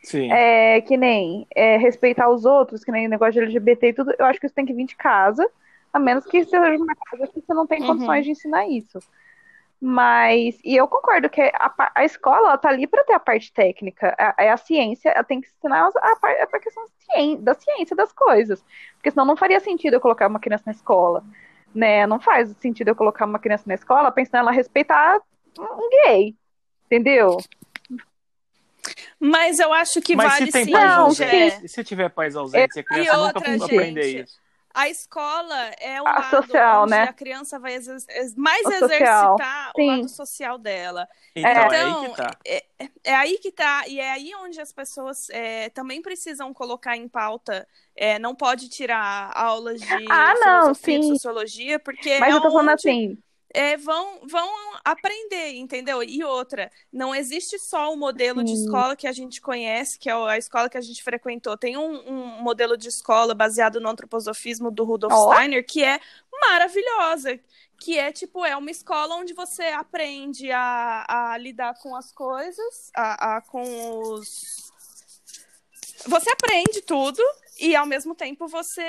Speaker 2: Sim.
Speaker 4: É, que nem é, respeitar os outros, que nem negócio de LGBT e tudo, eu acho que isso tem que vir de casa, a menos que seja uma casa que você não tem
Speaker 3: Uhum.
Speaker 4: condições de ensinar isso. Mas, e eu concordo que a, pa- a escola, ela tá ali para ter a parte técnica, a- é a, ciência, ela tem que ensinar as- a, par- a questão cien- da ciência das coisas, porque senão não faria sentido eu colocar uma criança na escola, né? Não faz sentido eu colocar uma criança na escola pensando ela respeitar um- um gay, entendeu?
Speaker 3: Mas eu acho que
Speaker 2: Mas
Speaker 3: vale
Speaker 2: se tem um
Speaker 3: sim,
Speaker 2: pais
Speaker 4: Não,
Speaker 2: ausentes,
Speaker 3: Jé.
Speaker 2: e se tiver pais ausentes, a criança
Speaker 3: E
Speaker 2: nunca
Speaker 3: outra,
Speaker 2: vai
Speaker 3: gente,
Speaker 2: aprender isso.
Speaker 3: A escola é o
Speaker 4: A
Speaker 3: lado
Speaker 4: social,
Speaker 3: onde
Speaker 4: né?
Speaker 3: a criança vai exer- ex- mais
Speaker 4: O social,
Speaker 3: exercitar
Speaker 4: sim.
Speaker 3: o lado social dela.
Speaker 2: Então, é aí
Speaker 3: Então,
Speaker 2: que tá.
Speaker 3: É aí que tá, e é aí onde as pessoas é, também precisam colocar em pauta. é, não pode tirar aulas de
Speaker 4: Ah, não,
Speaker 3: filosofia, de
Speaker 4: sim.
Speaker 3: sociologia, porque
Speaker 4: Mas
Speaker 3: é
Speaker 4: eu tô falando
Speaker 3: onde
Speaker 4: assim,
Speaker 3: é, vão, vão aprender, entendeu? E outra, não existe só o modelo de
Speaker 4: Sim.
Speaker 3: escola que a gente conhece, que é a escola que a gente frequentou. Tem um, um modelo de escola baseado no antroposofismo do Rudolf
Speaker 4: Ó.
Speaker 3: Steiner que é maravilhosa. Que é tipo, é uma escola onde você aprende a, a lidar com as coisas, a, a- com os. Você aprende tudo e ao mesmo tempo você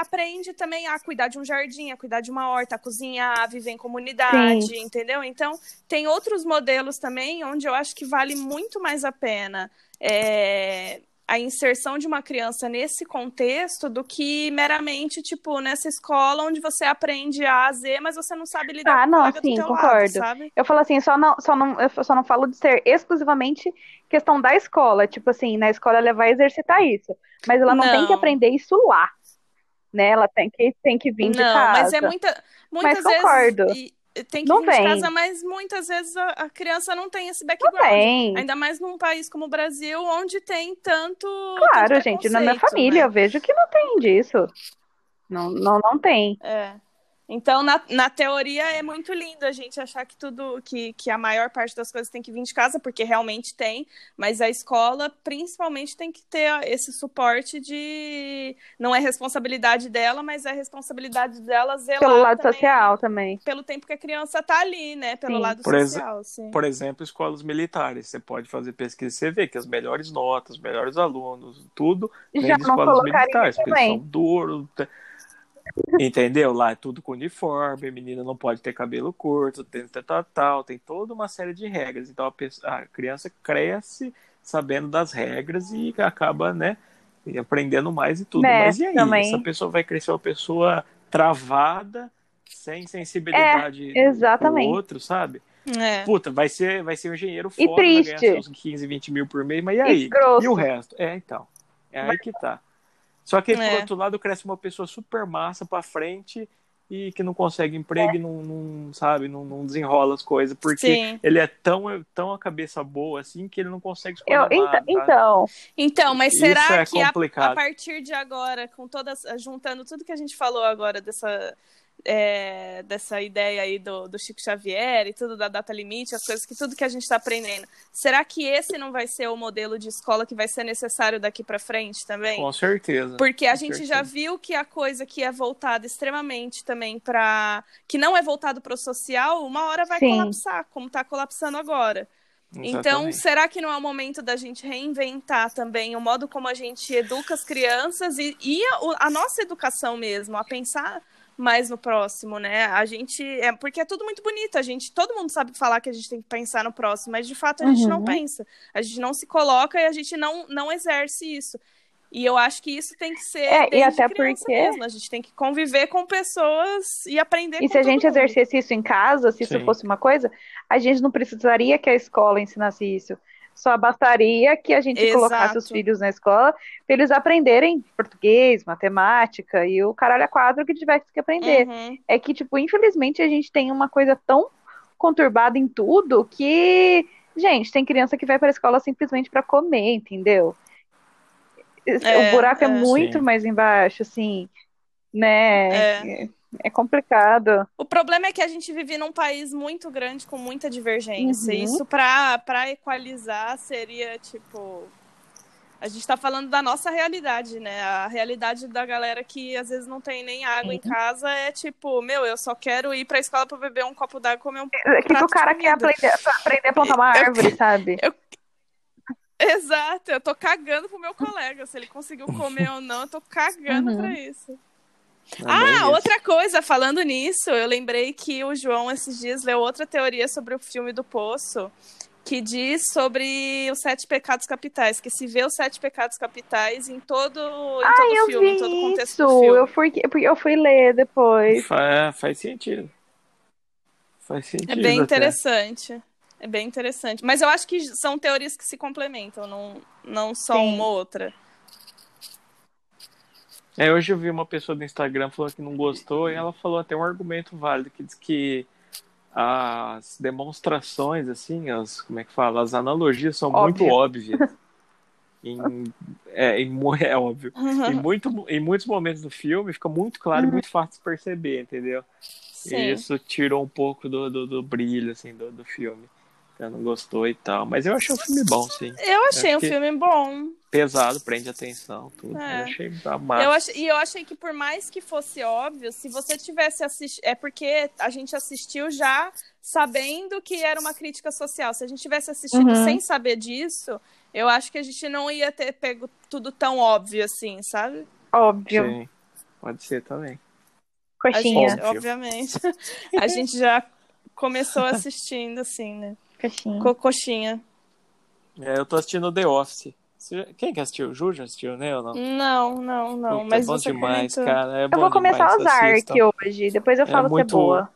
Speaker 3: aprende também a cuidar de um jardim, a cuidar de uma horta, a cozinhar, a viver em comunidade, entendeu? Então, tem outros modelos também onde eu acho que vale muito mais a pena é, a inserção de uma criança nesse contexto do que meramente, tipo, nessa escola onde você aprende A a Z, mas você não sabe lidar
Speaker 4: Ah,
Speaker 3: com o
Speaker 4: não,
Speaker 3: colega
Speaker 4: sim,
Speaker 3: do teu lado,
Speaker 4: concordo.
Speaker 3: sabe?
Speaker 4: Eu falo assim, só não, só não, eu só não falo de ser exclusivamente questão da escola. Tipo assim, na escola ela vai exercitar isso. Mas ela não, tem que
Speaker 3: Não.
Speaker 4: aprender isso lá. Né? Ela tem que, tem que vir de
Speaker 3: Não, mas é
Speaker 4: casa.
Speaker 3: muita, muitas
Speaker 4: concordo.
Speaker 3: vezes... e- Tem que
Speaker 4: Não
Speaker 3: vir de
Speaker 4: vem.
Speaker 3: casa, mas muitas vezes a, a criança não tem esse
Speaker 4: Não
Speaker 3: background.
Speaker 4: tem.
Speaker 3: Ainda mais num país como o Brasil, onde tem tanto.
Speaker 4: Claro,
Speaker 3: tanto
Speaker 4: gente, na minha
Speaker 3: preconceito,
Speaker 4: família
Speaker 3: né?
Speaker 4: eu vejo que não tem disso. Não, não, não tem.
Speaker 3: É. Então, na, na teoria, é muito lindo a gente achar que tudo, que, que a maior parte das coisas tem que vir de casa, porque realmente tem, mas a escola principalmente tem que ter esse suporte de. Não é responsabilidade dela, mas é responsabilidade dela zelar
Speaker 4: Pelo lado
Speaker 3: também
Speaker 4: social também.
Speaker 3: pelo tempo que a criança tá ali, né? Pelo
Speaker 4: Sim.
Speaker 3: lado
Speaker 2: Por exe-
Speaker 3: social, assim. sim.
Speaker 2: Por exemplo, escolas militares. Você pode fazer pesquisa e você vê que as melhores notas, os melhores alunos, tudo, vem
Speaker 4: Já
Speaker 2: de
Speaker 4: não
Speaker 2: escolas
Speaker 4: colocaria
Speaker 2: militares, porque eles
Speaker 4: também.
Speaker 2: são duros. te- Entendeu? Lá é tudo com uniforme, menina não pode ter cabelo curto, tem tal, tal, tal, tem toda uma série de regras. Então a, pessoa- a criança cresce sabendo das regras e acaba, né, aprendendo mais e tudo.
Speaker 4: Né,
Speaker 2: Mas e aí?
Speaker 4: também.
Speaker 2: Essa pessoa vai crescer uma pessoa travada, sem sensibilidade
Speaker 4: É, Exatamente.
Speaker 2: do outro, sabe?
Speaker 3: É.
Speaker 2: Puta, vai ser, vai ser um engenheiro
Speaker 4: E
Speaker 2: foda, vai ganhar
Speaker 4: triste.
Speaker 2: seus 15, 20 mil por mês, mas e
Speaker 4: E
Speaker 2: tá aí?
Speaker 4: grosso.
Speaker 2: E o resto? É, então. É aí que tá. Só que,
Speaker 3: É.
Speaker 2: por outro lado, cresce uma pessoa super massa pra frente e que não consegue emprego e não, não, sabe, não, não desenrola as coisas, porque
Speaker 3: Sim.
Speaker 2: ele é tão, tão a cabeça boa assim que ele não consegue escolher
Speaker 4: Eu,
Speaker 2: nada. sabe?
Speaker 4: então, então,
Speaker 3: Então, mas
Speaker 2: Isso
Speaker 3: será
Speaker 2: é
Speaker 3: que a,
Speaker 2: complicado.
Speaker 3: a partir de agora, com todas, juntando tudo que a gente falou agora dessa, é, dessa ideia aí do, do Chico Xavier e tudo da data limite, as coisas que tudo que a gente está aprendendo, será que esse não vai ser o modelo de escola que vai ser necessário daqui para frente também?
Speaker 2: Com certeza.
Speaker 3: Porque a
Speaker 2: Com
Speaker 3: gente
Speaker 2: certeza.
Speaker 3: já viu que a coisa que é voltada extremamente também para que não é voltado para o social, uma hora vai
Speaker 4: Sim.
Speaker 3: colapsar, como está colapsando agora. Então,
Speaker 2: Exatamente.
Speaker 3: será que não é o momento da gente reinventar também o modo como a gente educa as crianças e, e a, o- a nossa educação mesmo, a pensar mais no próximo, né? A gente é porque é tudo muito bonito, a gente, todo mundo sabe falar que a gente tem que pensar no próximo, mas de fato a gente não
Speaker 4: Uhum.
Speaker 3: pensa. A gente não se coloca e a gente não não exerce isso. E eu acho que isso tem que ser.
Speaker 4: É, e
Speaker 3: desde
Speaker 4: até
Speaker 3: criança
Speaker 4: porque-
Speaker 3: mesmo. A gente tem que conviver com pessoas e aprender
Speaker 4: E
Speaker 3: com
Speaker 4: se a
Speaker 3: todo
Speaker 4: gente
Speaker 3: mundo.
Speaker 4: exercesse isso em casa, se isso
Speaker 2: Sim.
Speaker 4: fosse uma coisa, a gente não precisaria que a escola ensinasse isso. Só bastaria que a gente
Speaker 3: Exato.
Speaker 4: colocasse os filhos na escola para eles aprenderem português, matemática e o caralho a quadro que tivesse que aprender.
Speaker 3: Uhum.
Speaker 4: É que, tipo, infelizmente a gente tem uma coisa tão conturbada em tudo que, gente, tem criança que vai para a escola simplesmente para comer, entendeu?
Speaker 3: É,
Speaker 4: o buraco é,
Speaker 3: é.
Speaker 4: muito
Speaker 2: Sim.
Speaker 4: mais embaixo, assim, né? É, é complicado.
Speaker 3: O problema é que a gente vive num país muito grande com muita divergência.
Speaker 4: Uhum.
Speaker 3: Isso pra, pra equalizar seria tipo. A gente tá falando da nossa realidade, né? A realidade da galera que às vezes não tem nem água em casa é tipo, meu, eu só quero ir pra escola pra beber um copo d'água e comer um.
Speaker 4: É que
Speaker 3: prato
Speaker 4: o cara
Speaker 3: de
Speaker 4: quer
Speaker 3: comida.
Speaker 4: aprender, aprender a plantar uma árvore, sabe?
Speaker 3: Exato, eu tô cagando pro meu colega. Se ele conseguiu comer ou não, eu tô cagando
Speaker 4: Uhum.
Speaker 3: pra isso.
Speaker 2: Também
Speaker 3: Ah,
Speaker 2: é isso.
Speaker 3: outra coisa, falando nisso, eu lembrei que o João esses dias leu outra teoria sobre o filme do Poço, que diz sobre os sete pecados capitais, que se vê os sete pecados capitais em todo, em todo
Speaker 4: Eu
Speaker 3: filme, em
Speaker 4: vi
Speaker 3: todo contexto
Speaker 4: isso,
Speaker 3: do filme.
Speaker 4: eu fui, porque eu fui ler depois.
Speaker 2: Fa- faz sentido. Faz sentido.
Speaker 3: É bem
Speaker 2: até.
Speaker 3: interessante. É bem interessante. Mas eu acho que são teorias que se complementam, não, não só
Speaker 4: Sim.
Speaker 3: uma outra.
Speaker 2: É, hoje eu vi uma pessoa do Instagram falou que não gostou e ela falou até um argumento válido que diz que as demonstrações, assim, as, como é que fala, as analogias são
Speaker 4: Óbvio.
Speaker 2: muito óbvias. Em- é, em mu- é óbvio. Em, muito, em muitos momentos do filme fica muito claro e muito fácil de perceber, entendeu? E
Speaker 3: Uhum. Sim.
Speaker 2: isso tirou um pouco do, do, do brilho, assim, do, do filme. Ela não gostou e tal. Mas eu achei o filme bom, sim.
Speaker 3: Eu achei
Speaker 2: Acho
Speaker 3: um
Speaker 2: que-
Speaker 3: filme bom.
Speaker 2: Pesado, prende atenção, tudo.
Speaker 3: É.
Speaker 2: Eu achei da massa.
Speaker 3: Eu ach- E eu achei que por mais que fosse óbvio, se você tivesse assistido. É porque a gente assistiu já sabendo que era uma crítica social. Se a gente tivesse assistido
Speaker 4: Uhum.
Speaker 3: sem saber disso, eu acho que a gente não ia ter pego tudo tão óbvio assim, sabe?
Speaker 4: Óbvio.
Speaker 2: Sim. Pode ser também.
Speaker 3: A
Speaker 4: Coxinha,
Speaker 3: gente,
Speaker 2: Óbvio.
Speaker 3: obviamente. A gente já começou assistindo, assim, né?
Speaker 4: coxinha.
Speaker 3: Co- Coxinha.
Speaker 2: É, eu tô assistindo The Office. Você- Quem que assistiu? O Júlio assistiu, né? Ou não?
Speaker 3: Não, não, não.
Speaker 2: Puta,
Speaker 3: mas
Speaker 2: é bom
Speaker 3: você
Speaker 2: demais,
Speaker 3: comentou.
Speaker 2: cara. É
Speaker 4: Eu vou começar a usar
Speaker 2: Ozark.
Speaker 4: aqui hoje, depois eu
Speaker 2: É
Speaker 4: falo se é
Speaker 2: muito-
Speaker 4: boa.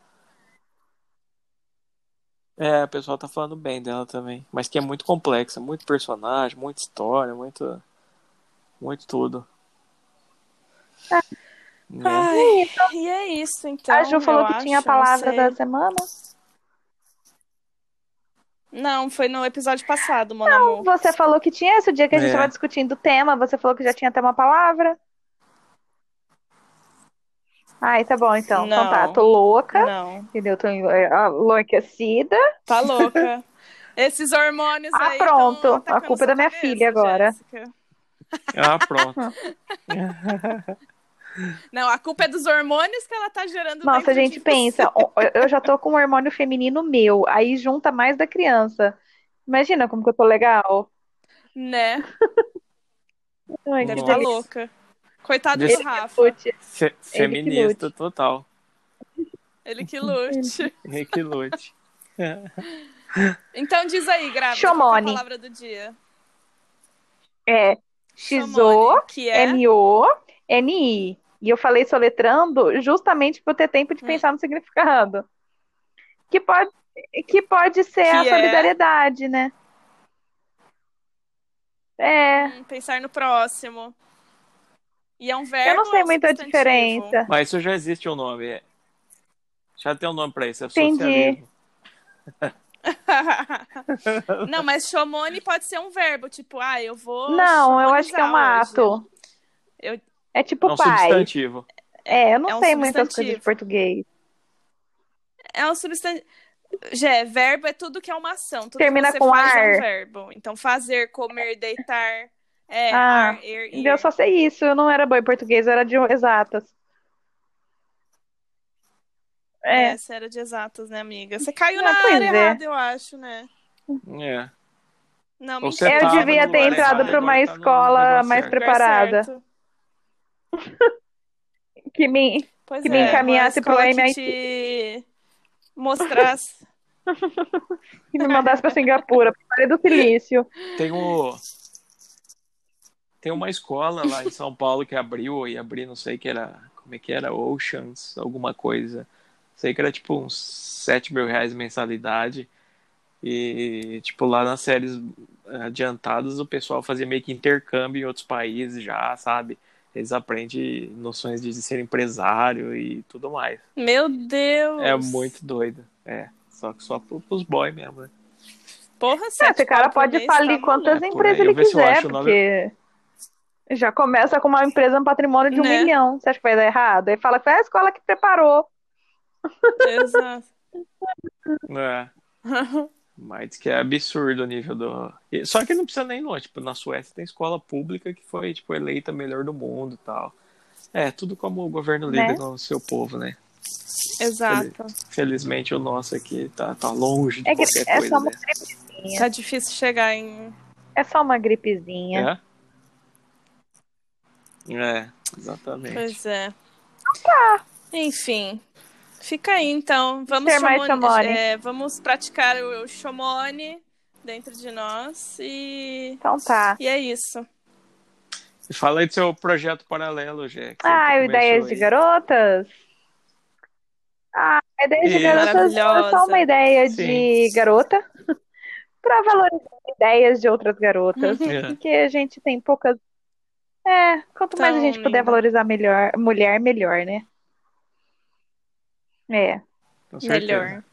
Speaker 2: É, o pessoal tá falando bem dela também. Mas que é muito complexa. Muito personagem, muita história, muito... Muito tudo.
Speaker 4: Ah.
Speaker 2: Né?
Speaker 3: Ai, e é isso, então.
Speaker 4: A Ju falou
Speaker 3: eu
Speaker 4: que tinha a
Speaker 3: acho, não
Speaker 4: palavra
Speaker 3: sei.
Speaker 4: da semana.
Speaker 3: Não, foi no episódio passado, Mon Amour.
Speaker 4: Você falou que tinha esse o dia que a gente
Speaker 2: É.
Speaker 4: estava discutindo o tema, você falou que já tinha até uma palavra. Ai, tá bom então. Então
Speaker 3: Não.
Speaker 4: tá, tô louca,
Speaker 3: Não,
Speaker 4: entendeu? Tô eh, enlouquecida.
Speaker 3: tá louca. Esses hormônios
Speaker 4: Ah,
Speaker 3: aí.
Speaker 4: pronto.
Speaker 3: tão atacando
Speaker 4: A culpa é da
Speaker 3: sua
Speaker 4: minha
Speaker 3: cabeça,
Speaker 4: filha agora.
Speaker 3: Jéssica.
Speaker 2: Ah, pronto.
Speaker 3: Não, a culpa é dos hormônios que ela tá gerando.
Speaker 4: Nossa, a
Speaker 3: dentro
Speaker 4: gente
Speaker 3: de
Speaker 4: pensa, ó, eu já tô com um hormônio feminino meu, aí junta mais da criança. Imagina como que eu tô legal.
Speaker 3: você, Né?
Speaker 4: Ai,
Speaker 3: Deve
Speaker 4: que
Speaker 3: estar
Speaker 2: Nossa.
Speaker 3: tá louca. Coitado
Speaker 2: Desse-
Speaker 3: do Rafa.
Speaker 4: delícia.
Speaker 2: Fe- feminista
Speaker 4: lute.
Speaker 2: total.
Speaker 3: Ele que lute.
Speaker 2: Rick Lute.
Speaker 3: Então diz aí, grávida. Qual que
Speaker 4: Chomone.
Speaker 3: é a palavra do dia?
Speaker 4: É
Speaker 3: Chomone, que é...
Speaker 4: X-O-M-O-N-I. E eu falei soletrando justamente pra eu ter tempo de
Speaker 3: Hum.
Speaker 4: pensar no significado. Que pode, que pode ser a
Speaker 3: Que é?
Speaker 4: solidariedade, né? É,
Speaker 3: Hum, Pensar no próximo. E é um verbo
Speaker 4: eu não sei
Speaker 3: ou um
Speaker 4: muito a
Speaker 3: substantivo?
Speaker 4: diferença.
Speaker 2: Mas isso já existe um nome. é. Já tem um nome pra isso. É
Speaker 4: Entendi.
Speaker 2: socialismo.
Speaker 3: Não, mas chomone pode ser um verbo, tipo, ah, eu vou.
Speaker 4: Não, eu acho que é um
Speaker 3: chomonizar hoje.
Speaker 4: ato.
Speaker 3: Eu-
Speaker 4: É
Speaker 2: É
Speaker 4: tipo
Speaker 2: um
Speaker 4: pai.
Speaker 2: substantivo.
Speaker 4: É, eu não
Speaker 3: É um
Speaker 4: sei muitas coisas de
Speaker 3: substantivo.
Speaker 4: português.
Speaker 3: É um substantivo. Jé, verbo é tudo que é uma ação. Tudo
Speaker 4: Termina
Speaker 3: que você
Speaker 4: com
Speaker 3: faz é um
Speaker 4: ar.
Speaker 3: verbo. Então, fazer, comer, deitar. É,
Speaker 4: Ah,
Speaker 3: ar, er, ir.
Speaker 4: Eu só sei isso, eu não era boa em português, eu era de um exatas. É,
Speaker 3: Essa era de exatas, né, amiga? Você caiu
Speaker 4: Não,
Speaker 3: na
Speaker 4: pois
Speaker 3: área
Speaker 4: é.
Speaker 3: errada, eu acho, né?
Speaker 2: É.
Speaker 3: Não, mentira.
Speaker 2: Ou você
Speaker 4: eu
Speaker 2: tava
Speaker 4: devia
Speaker 2: no
Speaker 4: ter
Speaker 2: lugar
Speaker 4: entrado
Speaker 2: errado,
Speaker 4: para uma
Speaker 2: agora tá no
Speaker 4: escola
Speaker 2: lugar
Speaker 4: mais
Speaker 2: certo.
Speaker 3: Lugar
Speaker 4: preparada.
Speaker 3: certo.
Speaker 4: Que me,
Speaker 3: Pois
Speaker 4: Que
Speaker 3: é,
Speaker 4: me encaminhasse
Speaker 3: uma
Speaker 4: pro
Speaker 3: escola que
Speaker 4: MIT.
Speaker 3: te mostrasse.
Speaker 4: que me mandasse para Singapura, para do Silício.
Speaker 2: Tem o. Tem uma escola lá em São Paulo que abriu, ou ia abrir, não sei que era. Como é que era? Oceans, alguma coisa. Sei que era tipo uns 7 mil reais mensalidade. E, tipo, lá nas séries eh, adiantadas, o pessoal fazia meio que intercâmbio em outros países já, sabe? Eles aprendem noções de ser empresário e tudo mais.
Speaker 3: Meu Deus!
Speaker 2: É muito doido. É. Só que só pro- pros boys mesmo, né?
Speaker 3: Porra,
Speaker 4: É,
Speaker 3: sete
Speaker 4: esse
Speaker 3: pau
Speaker 4: cara
Speaker 3: por
Speaker 4: pode
Speaker 3: mês,
Speaker 4: falir
Speaker 3: tá
Speaker 4: quantas
Speaker 3: maluco.
Speaker 2: É por
Speaker 4: empresas
Speaker 2: aí.
Speaker 4: ele
Speaker 2: Eu ver se eu
Speaker 4: quiser,
Speaker 2: acho o nome.
Speaker 4: porque já começa com uma empresa, um patrimônio de um
Speaker 3: Né?
Speaker 4: milhão. Você acha que vai dar errado? Aí fala que foi a escola que preparou.
Speaker 3: Exato.
Speaker 2: É. Mas que é absurdo o nível do. e- Só que não precisa nem ir longe. Tipo, na Suécia tem escola pública que foi, tipo, eleita melhor do mundo e tal. É, tudo como o governo lida
Speaker 4: Né?
Speaker 2: com o seu povo, né?
Speaker 3: Exato.
Speaker 2: Felizmente o nosso aqui tá, tá longe de
Speaker 4: É, gri-
Speaker 2: qualquer
Speaker 4: é
Speaker 2: coisa.
Speaker 4: só uma
Speaker 2: né?
Speaker 3: Tá difícil chegar em.
Speaker 4: É só uma gripezinha.
Speaker 2: É? É, exatamente.
Speaker 3: Pois é.
Speaker 4: Tá.
Speaker 3: Enfim. Fica aí então. Vamos,
Speaker 4: Ter mais
Speaker 3: chamone-
Speaker 4: chamone.
Speaker 3: é, vamos praticar o, o chamone dentro de nós e.
Speaker 4: Então tá.
Speaker 3: E é isso.
Speaker 2: E Fala aí do seu projeto paralelo, Jack.
Speaker 4: Ah, ideias de garotas? Ah, ideias de
Speaker 2: Ih,
Speaker 4: garotas é só
Speaker 3: maravilhosa.
Speaker 4: uma ideia
Speaker 2: Sim.
Speaker 4: de garota para valorizar ideias de outras garotas, né?
Speaker 2: É.
Speaker 4: porque a gente tem poucas. É, quanto mais a
Speaker 3: Tão
Speaker 4: gente puder
Speaker 3: linda.
Speaker 4: valorizar melhor, mulher, melhor, né? É.
Speaker 2: Com certeza.
Speaker 3: Melhor.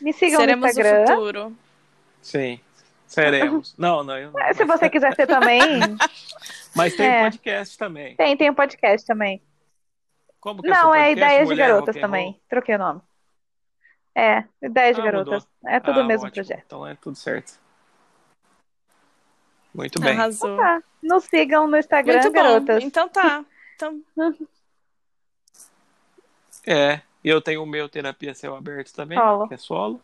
Speaker 4: Me sigam no
Speaker 3: Seremos o
Speaker 4: Instagram.
Speaker 3: futuro.
Speaker 2: Sim. Seremos. Não, não, eu não.
Speaker 4: Se você quiser ser também,
Speaker 2: Mas tem
Speaker 4: É.
Speaker 2: podcast também.
Speaker 4: tem, tem um podcast também.
Speaker 2: Como que é seu
Speaker 4: Não, é
Speaker 2: podcast?
Speaker 4: Ideias de
Speaker 2: Mulher
Speaker 4: Garotas
Speaker 2: Rock'n'Roll?
Speaker 4: também. Troquei o nome. É, Ideias de
Speaker 2: Ah,
Speaker 4: Garotas. É tudo
Speaker 2: Ah,
Speaker 4: o mesmo
Speaker 2: ótimo.
Speaker 4: projeto.
Speaker 2: Então é tudo certo. Muito bem.
Speaker 3: Arrasou.
Speaker 4: Tá. Nos sigam no Instagram,
Speaker 3: Muito bom.
Speaker 4: garotas.
Speaker 3: Então tá. Então,
Speaker 2: É. E eu tenho o meu terapia céu aberto também,
Speaker 4: Solo.
Speaker 2: que é solo.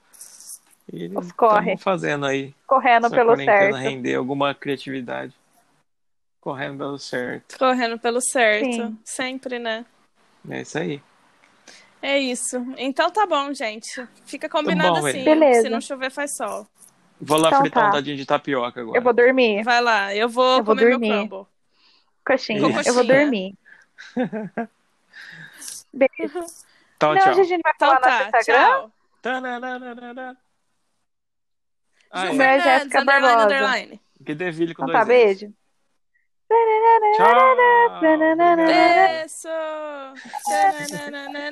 Speaker 2: E
Speaker 4: Os corre.
Speaker 2: estamos fazendo aí.
Speaker 4: Correndo
Speaker 2: essa
Speaker 4: pelo
Speaker 2: quarentena
Speaker 4: certo.
Speaker 2: render alguma criatividade. Correndo pelo certo.
Speaker 3: correndo pelo certo.
Speaker 4: Sim.
Speaker 3: Sempre, né?
Speaker 2: É isso aí.
Speaker 3: É isso. Então tá bom, gente. Fica combinado
Speaker 2: Tá bom,
Speaker 3: assim.
Speaker 4: Beleza.
Speaker 3: Se não chover, faz sol.
Speaker 2: Vou lá
Speaker 4: Então
Speaker 2: fritar
Speaker 4: tá.
Speaker 2: um dadinho de tapioca agora.
Speaker 4: Eu vou dormir.
Speaker 3: Vai lá, eu vou
Speaker 4: Eu vou
Speaker 3: comer
Speaker 4: dormir.
Speaker 3: meu crumble.
Speaker 4: Coxinha.
Speaker 2: Com coxinha.
Speaker 4: Eu vou dormir. Beijo.
Speaker 2: Então,
Speaker 4: Não,
Speaker 2: tchau.
Speaker 4: hoje a gente vai
Speaker 3: Então
Speaker 4: falar Uhum. no
Speaker 3: tá,
Speaker 4: nosso Instagram.
Speaker 3: tchau.
Speaker 2: Tananana. Ah,
Speaker 4: Ju-
Speaker 2: é.
Speaker 4: Né? Jéssica Barbosa.
Speaker 2: Que devilho com
Speaker 4: Então
Speaker 2: dois
Speaker 4: tá,
Speaker 2: L's.
Speaker 4: beijo.
Speaker 2: Tchau.
Speaker 4: Tananana.
Speaker 2: Obrigado.
Speaker 3: Beijo. Tananana.